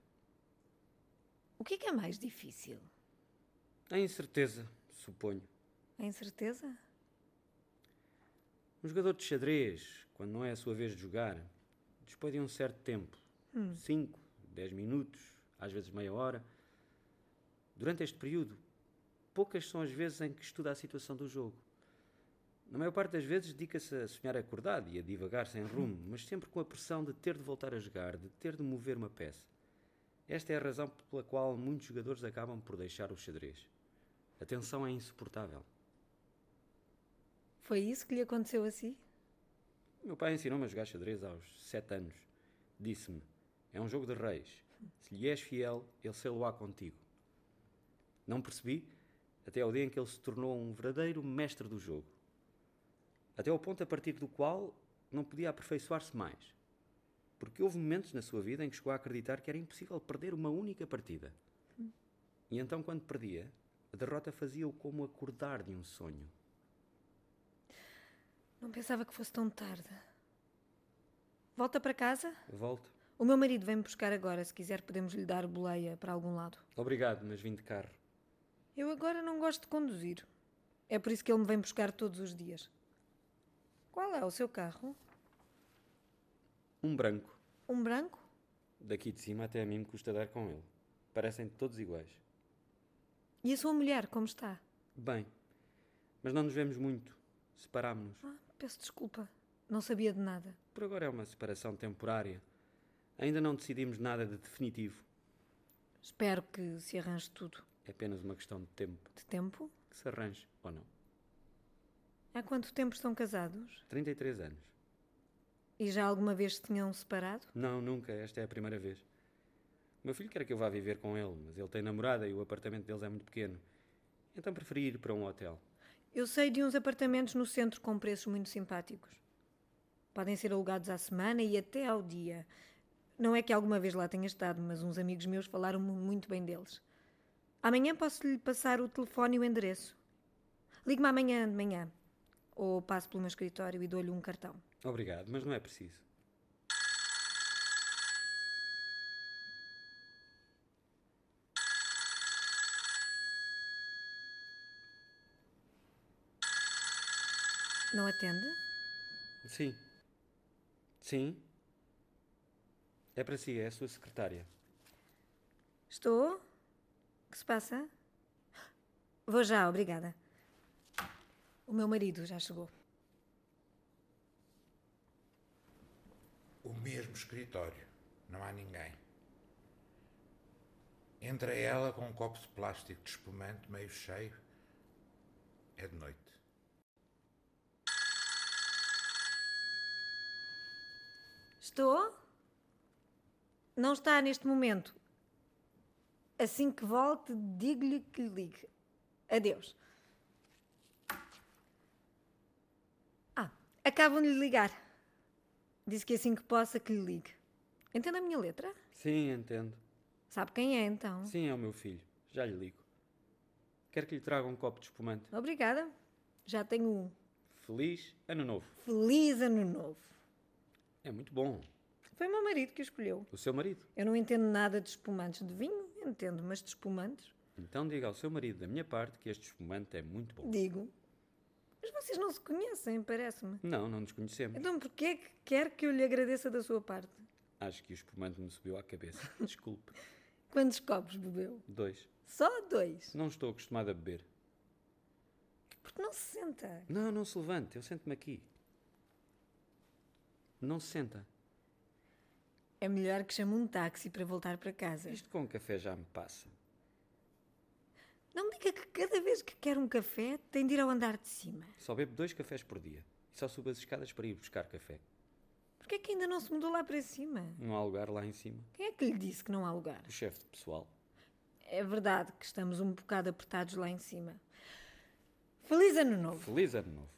Speaker 3: O que é que é mais difícil?
Speaker 4: A incerteza, suponho.
Speaker 3: A incerteza?
Speaker 4: Um jogador de xadrez, quando não é a sua vez de jogar, depois de um certo tempo, 5, 10 minutos, às vezes meia hora, durante este período, poucas são as vezes em que estuda a situação do jogo. Na maior parte das vezes dedica-se a sonhar acordado e a divagar sem rumo, mas sempre com a pressão de ter de voltar a jogar, de ter de mover uma peça. Esta é a razão pela qual muitos jogadores acabam por deixar o xadrez. A tensão é insuportável.
Speaker 3: Foi isso que lhe aconteceu assim?
Speaker 4: Meu pai ensinou-me a jogar xadrez aos sete anos. Disse-me: é um jogo de reis. Se lhe és fiel, ele sei-lo-á contigo. Não percebi até ao dia em que ele se tornou um verdadeiro mestre do jogo. Até ao ponto a partir do qual não podia aperfeiçoar-se mais. Porque houve momentos na sua vida em que chegou a acreditar que era impossível perder uma única partida. E então, quando perdia, a derrota fazia-o como acordar de um sonho.
Speaker 3: Não pensava que fosse tão tarde. Volta para casa?
Speaker 4: Volto.
Speaker 3: O meu marido vem-me buscar agora. Se quiser, podemos lhe dar boleia para algum lado.
Speaker 4: Obrigado, mas vim de carro.
Speaker 3: Eu agora não gosto de conduzir. É por isso que ele me vem buscar todos os dias. Qual é o seu carro?
Speaker 4: Um branco.
Speaker 3: Um branco?
Speaker 4: Daqui de cima até a mim me custa dar com ele. Parecem todos iguais.
Speaker 3: E a sua mulher, como está?
Speaker 4: Bem, mas não nos vemos muito. Separámo-nos.
Speaker 3: Ah, peço desculpa. Não sabia de nada.
Speaker 4: Por agora é uma separação temporária. Ainda não decidimos nada de definitivo.
Speaker 3: Espero que se arranje tudo.
Speaker 4: É apenas uma questão de tempo.
Speaker 3: De tempo?
Speaker 4: Que se arranje ou não.
Speaker 3: Há quanto tempo estão casados?
Speaker 4: 33 anos.
Speaker 3: E já alguma vez se tinham separado?
Speaker 4: Não, nunca. Esta é a primeira vez. O meu filho quer que eu vá viver com ele, mas ele tem namorada e o apartamento deles é muito pequeno. Então preferi ir para um hotel.
Speaker 3: Eu sei de uns apartamentos no centro com preços muito simpáticos. Podem ser alugados à semana e até ao dia. Não é que alguma vez lá tenha estado, mas uns amigos meus falaram-me muito bem deles. Amanhã posso-lhe passar o telefone e o endereço. Ligue-me amanhã de manhã. Ou passo pelo meu escritório e dou-lhe um cartão.
Speaker 4: Obrigado, mas não é preciso.
Speaker 3: Não atende?
Speaker 4: Sim. Sim. É para si, é a sua secretária.
Speaker 3: Estou? O que se passa? Vou já, obrigada. O meu marido já chegou.
Speaker 2: O mesmo escritório. Não há ninguém. Entra ela com um copo de plástico de espumante meio cheio. É de noite.
Speaker 3: Estou? Não está neste momento. Assim que volte, digo-lhe que lhe ligue. Adeus. Ah, acabam de lhe ligar. Disse que assim que possa que lhe ligue. Entende a minha letra?
Speaker 4: Sim, entendo.
Speaker 3: Sabe quem é então?
Speaker 4: Sim, é o meu filho. Já lhe ligo. Quero que lhe traga um copo de espumante.
Speaker 3: Obrigada. Já tenho um.
Speaker 4: Feliz Ano Novo.
Speaker 3: Feliz Ano Novo.
Speaker 4: É muito bom.
Speaker 3: Foi o meu marido que o escolheu.
Speaker 4: O seu marido.
Speaker 3: Eu não entendo nada de espumantes de vinho, entendo, mas de espumantes,
Speaker 4: Então diga ao seu marido da minha parte que este espumante é muito bom.
Speaker 3: digo. Mas vocês não se conhecem, parece-me.
Speaker 4: Não, não nos conhecemos.
Speaker 3: Então porquê é que quer que eu lhe agradeça da sua parte?
Speaker 4: Acho que o espumante me subiu à cabeça. Desculpe.
Speaker 3: Quantos copos bebeu?
Speaker 4: Dois.
Speaker 3: Só dois.
Speaker 4: Não estou acostumado a beber.
Speaker 3: Porque não se senta.
Speaker 4: Não, não se levante. Eu sento-me aqui. Não se senta.
Speaker 3: É melhor que chame um táxi para voltar para casa.
Speaker 4: Isto com café já me passa.
Speaker 3: Não me diga que cada vez que quer um café tem de ir ao andar de cima.
Speaker 4: Só bebo dois cafés por dia. E só subo as escadas para ir buscar café.
Speaker 3: Porquê é que ainda não se mudou lá para cima?
Speaker 4: Não há lugar lá em cima.
Speaker 3: Quem é que lhe disse que não há lugar?
Speaker 4: O chefe de pessoal.
Speaker 3: É verdade que estamos um bocado apertados lá em cima. Feliz ano novo.
Speaker 4: Feliz ano novo.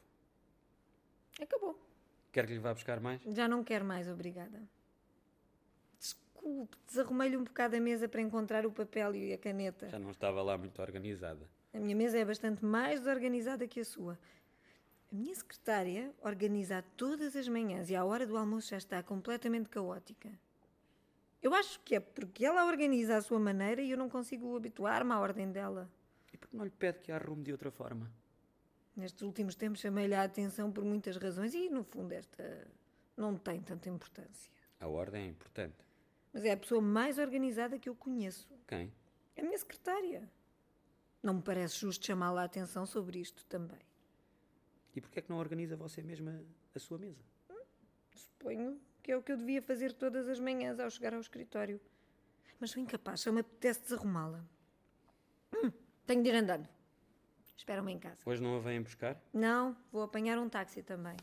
Speaker 3: Acabou.
Speaker 4: Quer que lhe vá buscar mais?
Speaker 3: Já não quero mais, obrigada. Desculpe, desarrumei-lhe um bocado a mesa para encontrar o papel e a caneta.
Speaker 4: Já não estava lá muito organizada.
Speaker 3: A minha mesa é bastante mais desorganizada que a sua. A minha secretária organiza a todas as manhãs e à hora do almoço já está completamente caótica. Eu acho que é porque ela organiza à sua maneira e eu não consigo habituar-me à ordem dela.
Speaker 4: E por que não lhe pede que a arrume de outra forma?
Speaker 3: Nestes últimos tempos chamei-lhe a atenção por muitas razões e, no fundo, esta não tem tanta importância.
Speaker 4: A ordem é importante.
Speaker 3: Mas é a pessoa mais organizada que eu conheço.
Speaker 4: Quem?
Speaker 3: É a minha secretária. Não me parece justo chamá-la a atenção sobre isto também.
Speaker 4: E porquê é que não organiza você mesma a sua mesa?
Speaker 3: Suponho que é o que eu devia fazer todas as manhãs ao chegar ao escritório. Mas sou incapaz, só me apetece desarrumá-la. Hum, tenho de ir andando. Esperam-me em casa.
Speaker 4: Hoje não a vêm buscar?
Speaker 3: Não, vou apanhar um táxi também.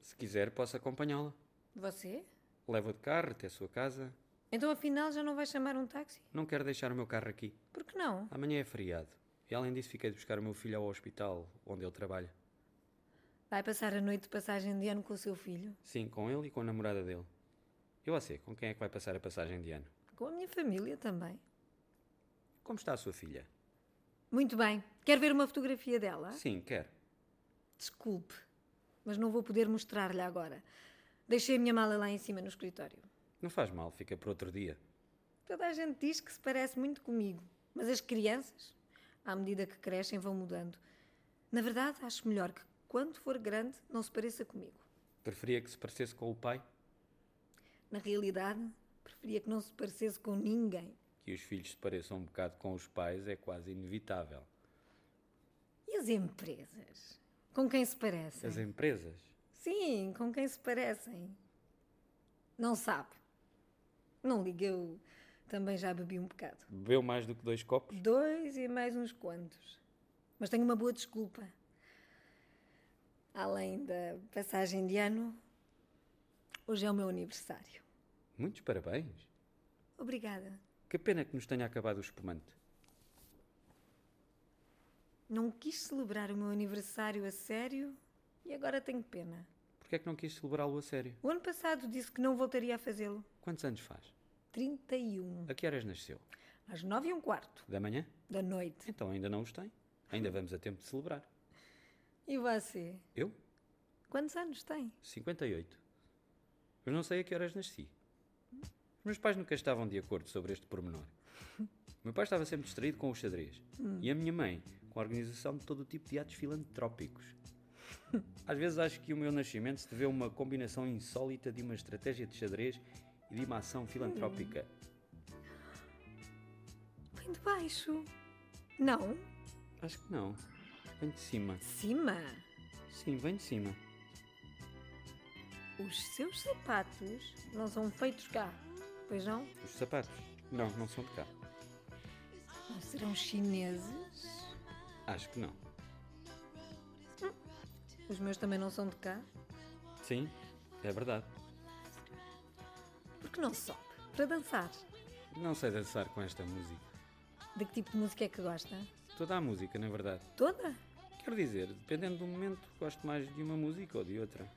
Speaker 4: Se quiser, posso acompanhá-la.
Speaker 3: Você?
Speaker 4: Levo de carro até a sua casa.
Speaker 3: Então afinal já não vai chamar um táxi?
Speaker 4: Não quero deixar o meu carro aqui.
Speaker 3: Por que não?
Speaker 4: Amanhã é feriado. E além disso, fiquei de buscar o meu filho ao hospital onde ele trabalha.
Speaker 3: Vai passar a noite de passagem de ano com o seu filho?
Speaker 4: Sim, com ele e com a namorada dele. Eu a sei, com quem é que vai passar a passagem de ano?
Speaker 3: Com a minha família também.
Speaker 4: Como está a sua filha?
Speaker 3: Muito bem. Quer ver uma fotografia dela?
Speaker 4: Sim, quer.
Speaker 3: Desculpe, mas não vou poder mostrar-lhe agora. Deixei a minha mala lá em cima no escritório.
Speaker 4: Não faz mal, fica para outro dia.
Speaker 3: Toda a gente diz que se parece muito comigo, mas as crianças, à medida que crescem, vão mudando. Na verdade, acho melhor que, quando for grande, não se pareça comigo.
Speaker 4: Preferia que se parecesse com o pai?
Speaker 3: Na realidade, preferia que não se parecesse com ninguém.
Speaker 4: Que os filhos se pareçam um bocado com os pais é quase inevitável.
Speaker 3: E as empresas? Com quem se parecem?
Speaker 4: As empresas?
Speaker 3: Sim, com quem se parecem. Não sabe. Não liga, eu também já bebi um bocado.
Speaker 4: Bebeu mais do que dois copos?
Speaker 3: Hum. Dois e mais uns quantos. Mas tenho uma boa desculpa. Além da passagem de ano, hoje é o meu aniversário.
Speaker 4: Muitos parabéns.
Speaker 3: Obrigada.
Speaker 4: Que pena que nos tenha acabado o espumante.
Speaker 3: Não quis celebrar o meu aniversário a sério e agora tenho pena.
Speaker 4: Porquê é que não quis celebrá-lo a sério?
Speaker 3: O ano passado disse que não voltaria a fazê-lo.
Speaker 4: Quantos anos faz?
Speaker 3: 31.
Speaker 4: A que horas nasceu?
Speaker 3: Às nove e um quarto
Speaker 4: Da manhã?
Speaker 3: da noite.
Speaker 4: Então ainda não os tem. Ainda vamos a tempo de celebrar.
Speaker 3: E você?
Speaker 4: Eu?
Speaker 3: Quantos anos tem?
Speaker 4: 58. Mas não sei a que horas nasci. Os meus pais nunca estavam de acordo sobre este pormenor. O meu pai estava sempre distraído com o xadrez. E a minha mãe, com a organização de todo o tipo de atos filantrópicos. Às vezes acho que o meu nascimento se deveu a uma combinação insólita de uma estratégia de xadrez e de uma ação filantrópica.
Speaker 3: Vem de baixo. Não?
Speaker 4: Acho que não. Vem de cima.
Speaker 3: De cima.
Speaker 4: Sim, vem de cima.
Speaker 3: Os seus sapatos não são feitos cá. Pois não?
Speaker 4: Os sapatos? Não, não são de cá.
Speaker 3: Não serão chineses?
Speaker 4: Acho que não.
Speaker 3: Os meus também não são de cá?
Speaker 4: Sim, é verdade.
Speaker 3: Porque não sobe? Para dançar.
Speaker 4: Não sei dançar com esta música.
Speaker 3: De que tipo de música é que gosta?
Speaker 4: Toda a música, na verdade.
Speaker 3: Toda?
Speaker 4: Quero dizer, dependendo do momento, gosto mais de uma música ou de outra.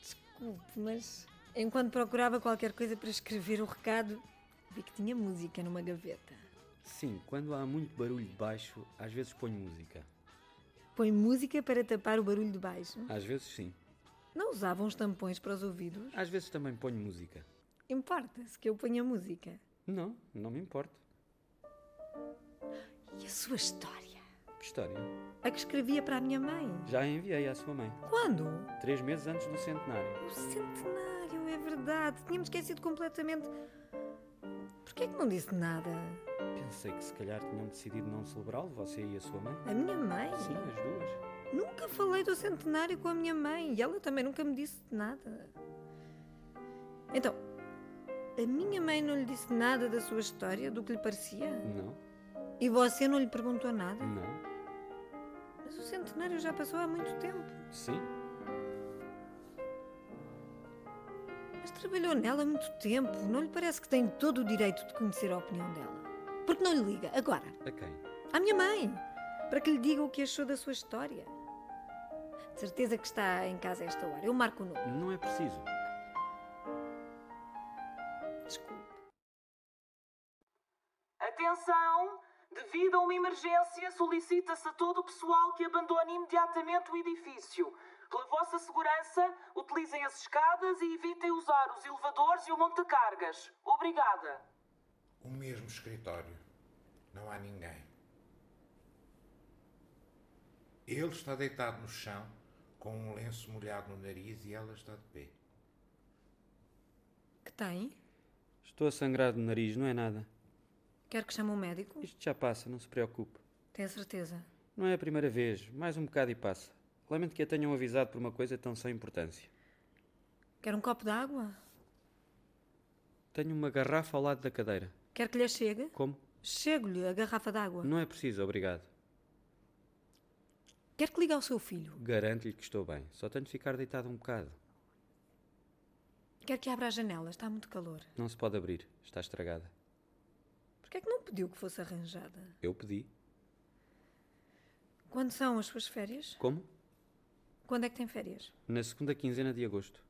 Speaker 3: Desculpe, mas enquanto procurava qualquer coisa para escrever o recado, vi que tinha música numa gaveta.
Speaker 4: Sim, quando há muito barulho de baixo, às vezes ponho música.
Speaker 3: Põe música para tapar o barulho de baixo.
Speaker 4: Às vezes sim.
Speaker 3: Não usavam os tampões para os ouvidos?
Speaker 4: Às vezes também ponho música.
Speaker 3: Importa-se que eu ponha música.
Speaker 4: Não, não me importo.
Speaker 3: E a sua história?
Speaker 4: Que história?
Speaker 3: A que escrevia para a minha mãe.
Speaker 4: Já a enviei à sua mãe.
Speaker 3: Quando?
Speaker 4: Três meses antes do centenário.
Speaker 3: O centenário, é verdade. Tínhamos esquecido completamente. Porquê é que não disse nada?
Speaker 4: Pensei que se calhar tinham decidido não celebrá-lo, você e a sua mãe.
Speaker 3: A minha mãe?
Speaker 4: Sim, as duas.
Speaker 3: Nunca falei do centenário com a minha mãe e ela também nunca me disse nada. Então, a minha mãe não lhe disse nada da sua história, do que lhe parecia?
Speaker 4: Não,
Speaker 3: E você não lhe perguntou nada?
Speaker 4: não,
Speaker 3: Mas o centenário já passou há muito tempo.
Speaker 4: sim.
Speaker 3: Mas trabalhou nela há muito tempo. Não lhe parece que tem todo o direito de conhecer a opinião dela? Porque não lhe liga, agora,
Speaker 4: A quem?
Speaker 3: à minha mãe, para que lhe diga o que achou da sua história. De certeza que está em casa a esta hora. Eu marco o número.
Speaker 4: Não é preciso.
Speaker 3: Desculpe.
Speaker 5: Atenção! Devido a uma emergência, solicita-se a todo o pessoal que abandone imediatamente o edifício. Pela vossa segurança, utilizem as escadas e evitem usar os elevadores e o montacargas. Obrigada.
Speaker 2: O mesmo escritório. Não há ninguém. Ele está deitado no chão, com um lenço molhado no nariz, e ela está de pé.
Speaker 3: Que tem?
Speaker 4: Estou a sangrar do nariz, não é nada.
Speaker 3: Quer que chame um médico?
Speaker 4: Isto já passa, não se preocupe.
Speaker 3: Tem certeza?
Speaker 4: Não é a primeira vez, mais um bocado e passa. Lamento que a tenham avisado por uma coisa tão sem importância.
Speaker 3: Quer um copo de água?
Speaker 4: Tenho uma garrafa ao lado da cadeira.
Speaker 3: Quer que lhe chegue?
Speaker 4: Como?
Speaker 3: Chego-lhe a garrafa de água.
Speaker 4: Não é preciso, obrigado.
Speaker 3: Quer que ligue ao seu filho?
Speaker 4: Garanto-lhe que estou bem. Só tenho de ficar deitado um bocado.
Speaker 3: Quer que abra a janela? Está muito calor.
Speaker 4: Não se pode abrir, está estragada.
Speaker 3: Porquê é que não pediu que fosse arranjada?
Speaker 4: Eu pedi.
Speaker 3: Quando são as suas férias?
Speaker 4: Como?
Speaker 3: Quando é que tem férias?
Speaker 4: Na segunda quinzena de agosto.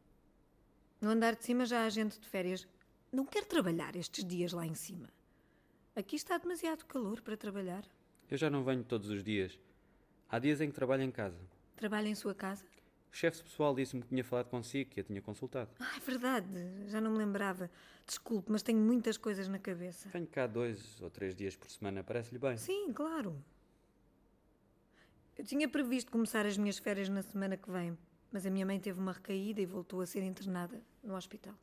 Speaker 3: No andar de cima já há gente de férias. Não quero trabalhar estes dias lá em cima. Aqui está demasiado calor para trabalhar.
Speaker 4: Eu já não venho todos os dias. Há dias em que trabalho em casa.
Speaker 3: Trabalha em sua casa?
Speaker 4: O chefe de pessoal disse-me que tinha falado consigo, que a tinha consultado.
Speaker 3: Ah, é verdade. Já não me lembrava. Desculpe, mas tenho muitas coisas na cabeça.
Speaker 4: Venho cá dois ou três dias por semana, parece-lhe bem.
Speaker 3: Sim, claro. Eu tinha previsto começar as minhas férias na semana que vem, mas a minha mãe teve uma recaída e voltou a ser internada no hospital.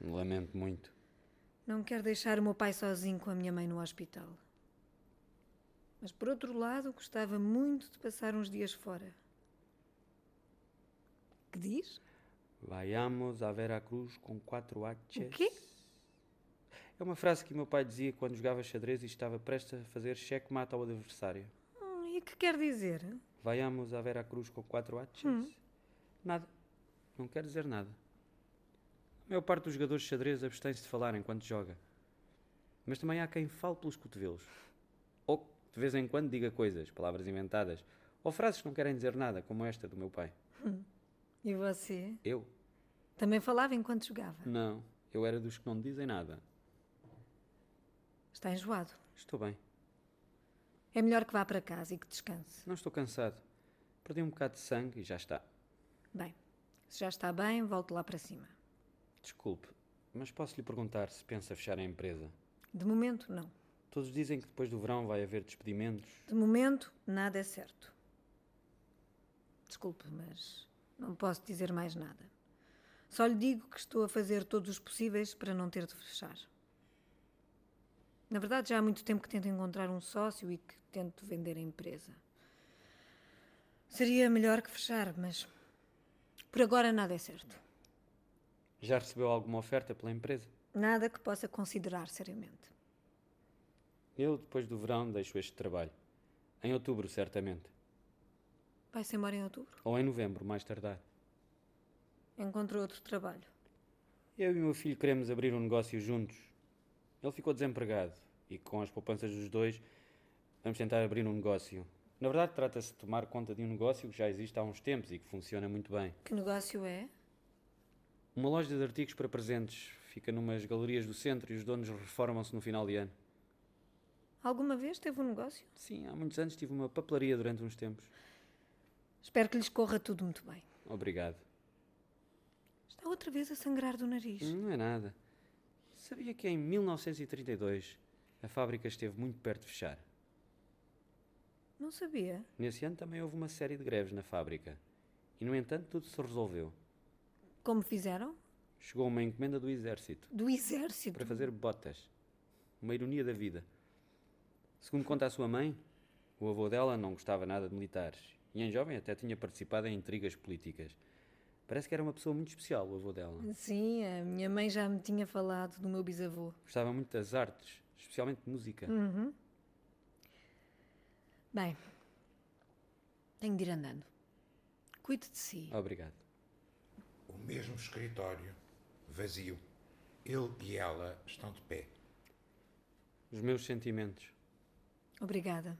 Speaker 4: Lamento muito.
Speaker 3: Não quero deixar o meu pai sozinho com a minha mãe no hospital. Mas por outro lado, gostava muito de passar uns dias fora. Que diz?
Speaker 4: Vayamos a Veracruz com quatro H's.
Speaker 3: O quê?
Speaker 4: É uma frase que o meu pai dizia quando jogava xadrez e estava prestes a fazer checkmate ao adversário.
Speaker 3: Hum, e que quer dizer?
Speaker 4: Vayamos a Veracruz com quatro H's?
Speaker 3: Hum.
Speaker 4: Nada. Não quer dizer nada. A maior parte dos jogadores de xadrez abstém-se de falar enquanto joga. Mas também há quem fale pelos cotovelos. Ou que de vez em quando diga coisas, palavras inventadas, ou frases que não querem dizer nada, como esta do meu pai.
Speaker 3: E você?
Speaker 4: Eu?
Speaker 3: Também falava enquanto jogava.
Speaker 4: Não. Eu era dos que não dizem nada.
Speaker 3: Está enjoado.
Speaker 4: Estou bem.
Speaker 3: É melhor que vá para casa e que descanse.
Speaker 4: Não estou cansado. Perdi um bocado de sangue e já está.
Speaker 3: Bem, se já está bem, volte lá para cima.
Speaker 4: Desculpe, mas posso lhe perguntar se pensa fechar a empresa?
Speaker 3: De momento, não.
Speaker 4: Todos dizem que depois do verão vai haver despedimentos.
Speaker 3: De momento, nada é certo. Desculpe, mas não posso dizer mais nada. Só lhe digo que estou a fazer todos os possíveis para não ter de fechar. Na verdade, já há muito tempo que tento encontrar um sócio e que tento vender a empresa. Seria melhor que fechar, mas por agora nada é certo.
Speaker 4: Já recebeu alguma oferta pela empresa?
Speaker 3: Nada que possa considerar seriamente.
Speaker 4: Eu, depois do verão, deixo este trabalho. Em outubro, certamente.
Speaker 3: Vai-se embora em outubro.
Speaker 4: Ou em novembro, mais tardar.
Speaker 3: Encontrou outro trabalho.
Speaker 4: Eu e o meu filho queremos abrir um negócio juntos. Ele ficou desempregado e, com as poupanças dos dois, vamos tentar abrir um negócio. Na verdade, trata-se de tomar conta de um negócio que já existe há uns tempos e que funciona muito bem.
Speaker 3: Que negócio é?
Speaker 4: Uma loja de artigos para presentes fica numas galerias do centro e os donos reformam-se no final de ano.
Speaker 3: Alguma vez teve um negócio?
Speaker 4: Sim, há muitos anos tive uma papelaria durante uns tempos.
Speaker 3: Espero que lhes corra tudo muito bem.
Speaker 4: Obrigado.
Speaker 3: Está outra vez a sangrar do nariz.
Speaker 4: Não é nada. Sabia que em 1932 a fábrica esteve muito perto de fechar.
Speaker 3: Não sabia.
Speaker 4: Nesse ano também houve uma série de greves na fábrica. E, no entanto, tudo se resolveu.
Speaker 3: Como fizeram?
Speaker 4: Chegou uma encomenda do exército
Speaker 3: Do exército?
Speaker 4: para fazer botas. Uma ironia da vida. Segundo conta a sua mãe, o avô dela não gostava nada de militares e em jovem até tinha participado em intrigas políticas. Parece que era uma pessoa muito especial, o avô dela.
Speaker 3: Sim, a minha mãe já me tinha falado do meu bisavô.
Speaker 4: Gostava muito das artes, especialmente de música.
Speaker 3: Bem, tenho de ir andando. Cuide de si.
Speaker 4: Obrigado.
Speaker 2: O mesmo escritório, vazio. Ele e ela estão de pé.
Speaker 4: Os meus sentimentos.
Speaker 3: Obrigada.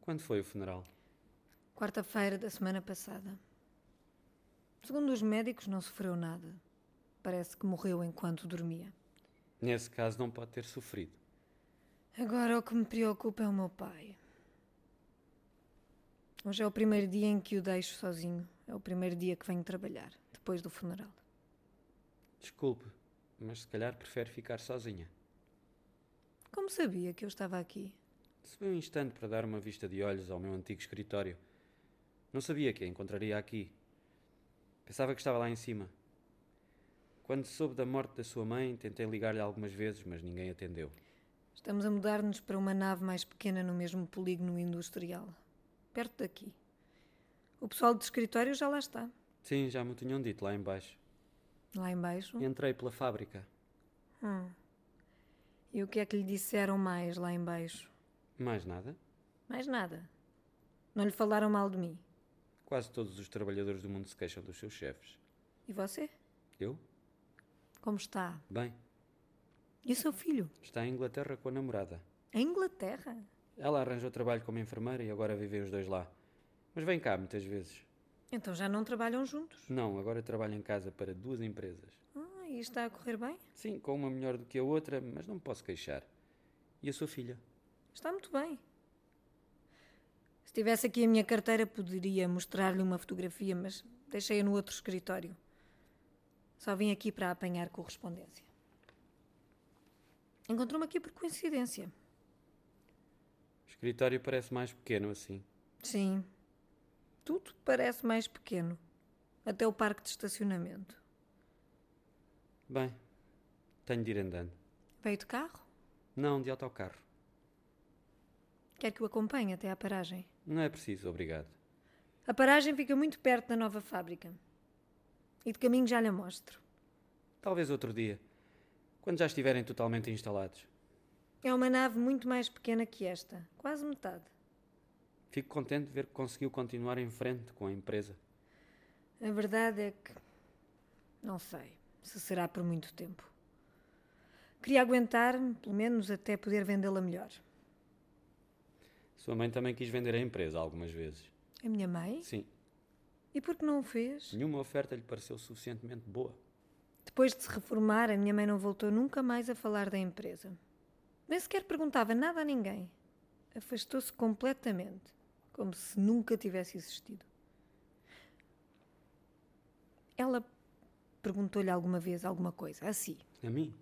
Speaker 4: Quando foi o funeral?
Speaker 3: Quarta-feira da semana passada. Segundo os médicos, não sofreu nada. Parece que morreu enquanto dormia.
Speaker 4: Nesse caso, não pode ter sofrido.
Speaker 3: Agora o que me preocupa é o meu pai. Hoje é o primeiro dia em que o deixo sozinho. É o primeiro dia que venho trabalhar, depois do funeral.
Speaker 4: Desculpe, mas se calhar prefere ficar sozinha.
Speaker 3: Como sabia que eu estava aqui?
Speaker 4: Subi um instante para dar uma vista de olhos ao meu antigo escritório. Não sabia que a encontraria aqui. Pensava que estava lá em cima. Quando soube da morte da sua mãe, tentei ligar-lhe algumas vezes, mas ninguém atendeu.
Speaker 3: Estamos a mudar-nos para uma nave mais pequena no mesmo polígono industrial, perto daqui. O pessoal do escritório já lá está,
Speaker 4: Sim, já me o tinham dito lá em baixo.
Speaker 3: lá embaixo.
Speaker 4: Entrei pela fábrica.
Speaker 3: E o que é que lhe disseram mais lá embaixo?
Speaker 4: Mais nada.
Speaker 3: Mais nada. Não lhe falaram mal de mim.
Speaker 4: Quase todos os trabalhadores do mundo se queixam dos seus chefes.
Speaker 3: E você?
Speaker 4: Eu?
Speaker 3: Como está?
Speaker 4: Bem,
Speaker 3: E o seu filho?
Speaker 4: está em Inglaterra com a namorada.
Speaker 3: Em Inglaterra?
Speaker 4: Ela arranjou trabalho como enfermeira e agora vivem os dois lá. Mas vem cá muitas vezes.
Speaker 3: Então já não trabalham juntos?
Speaker 4: Não, agora trabalho em casa para duas empresas.
Speaker 3: Ah, e está a correr bem?
Speaker 4: Sim, com uma melhor do que a outra, mas não me posso queixar. E a sua filha?
Speaker 3: Está muito bem. Se tivesse aqui a minha carteira, poderia mostrar-lhe uma fotografia, mas deixei-a no outro escritório. Só vim aqui para apanhar correspondência. Encontrou-me aqui por coincidência.
Speaker 4: O escritório parece mais pequeno assim.
Speaker 3: Sim. Tudo parece mais pequeno. Até o parque de estacionamento.
Speaker 4: Bem, tenho de ir andando.
Speaker 3: Veio de carro?
Speaker 4: Não, de autocarro.
Speaker 3: Quer que o acompanhe até à paragem?
Speaker 4: Não é preciso, obrigado.
Speaker 3: A paragem fica muito perto da nova fábrica. E de caminho já lhe a mostro.
Speaker 4: Talvez outro dia, quando já estiverem totalmente instalados.
Speaker 3: É uma nave muito mais pequena que esta, quase metade.
Speaker 4: Fico contente de ver que conseguiu continuar em frente com a empresa.
Speaker 3: A verdade é que. Não sei se será por muito tempo. Queria aguentar-me, pelo menos até poder vendê-la melhor.
Speaker 4: Sua mãe também quis vender a empresa algumas vezes.
Speaker 3: A minha mãe?
Speaker 4: Sim,
Speaker 3: E por que não o fez?
Speaker 4: nenhuma oferta lhe pareceu suficientemente boa.
Speaker 3: Depois de se reformar, a minha mãe não voltou nunca mais a falar da empresa. Nem sequer perguntava nada a ninguém. Afastou-se completamente, como se nunca tivesse existido. Ela perguntou-lhe alguma vez alguma coisa, assim,
Speaker 4: A mim?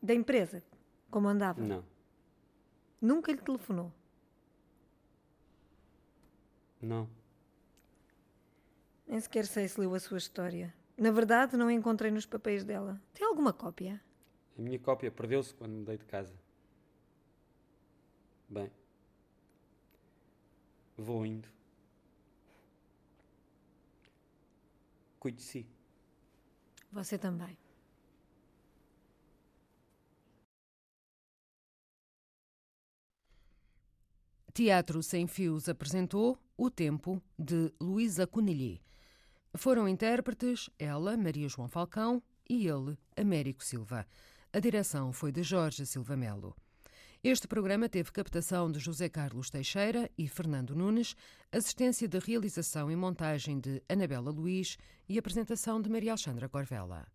Speaker 3: da empresa, como andava.
Speaker 4: Não,
Speaker 3: Nunca lhe telefonou.
Speaker 4: não.
Speaker 3: Nem sequer sei se leu a sua história. Na verdade, não a encontrei nos papéis dela. Tem alguma cópia?
Speaker 4: A minha cópia perdeu-se quando mudei de casa. Bem, vou indo. Cuide de si.
Speaker 3: Você também.
Speaker 1: Teatro Sem Fios apresentou O Tempo, de Luísa Cunilhê. Foram intérpretes ela, Maria João Falcão, e ele, Américo Silva. A direção foi de Jorge Silva Melo. Este programa teve captação de José Carlos Teixeira e Fernando Nunes, assistência de realização e montagem de Anabela Luiz e apresentação de Maria Alexandra Corvella.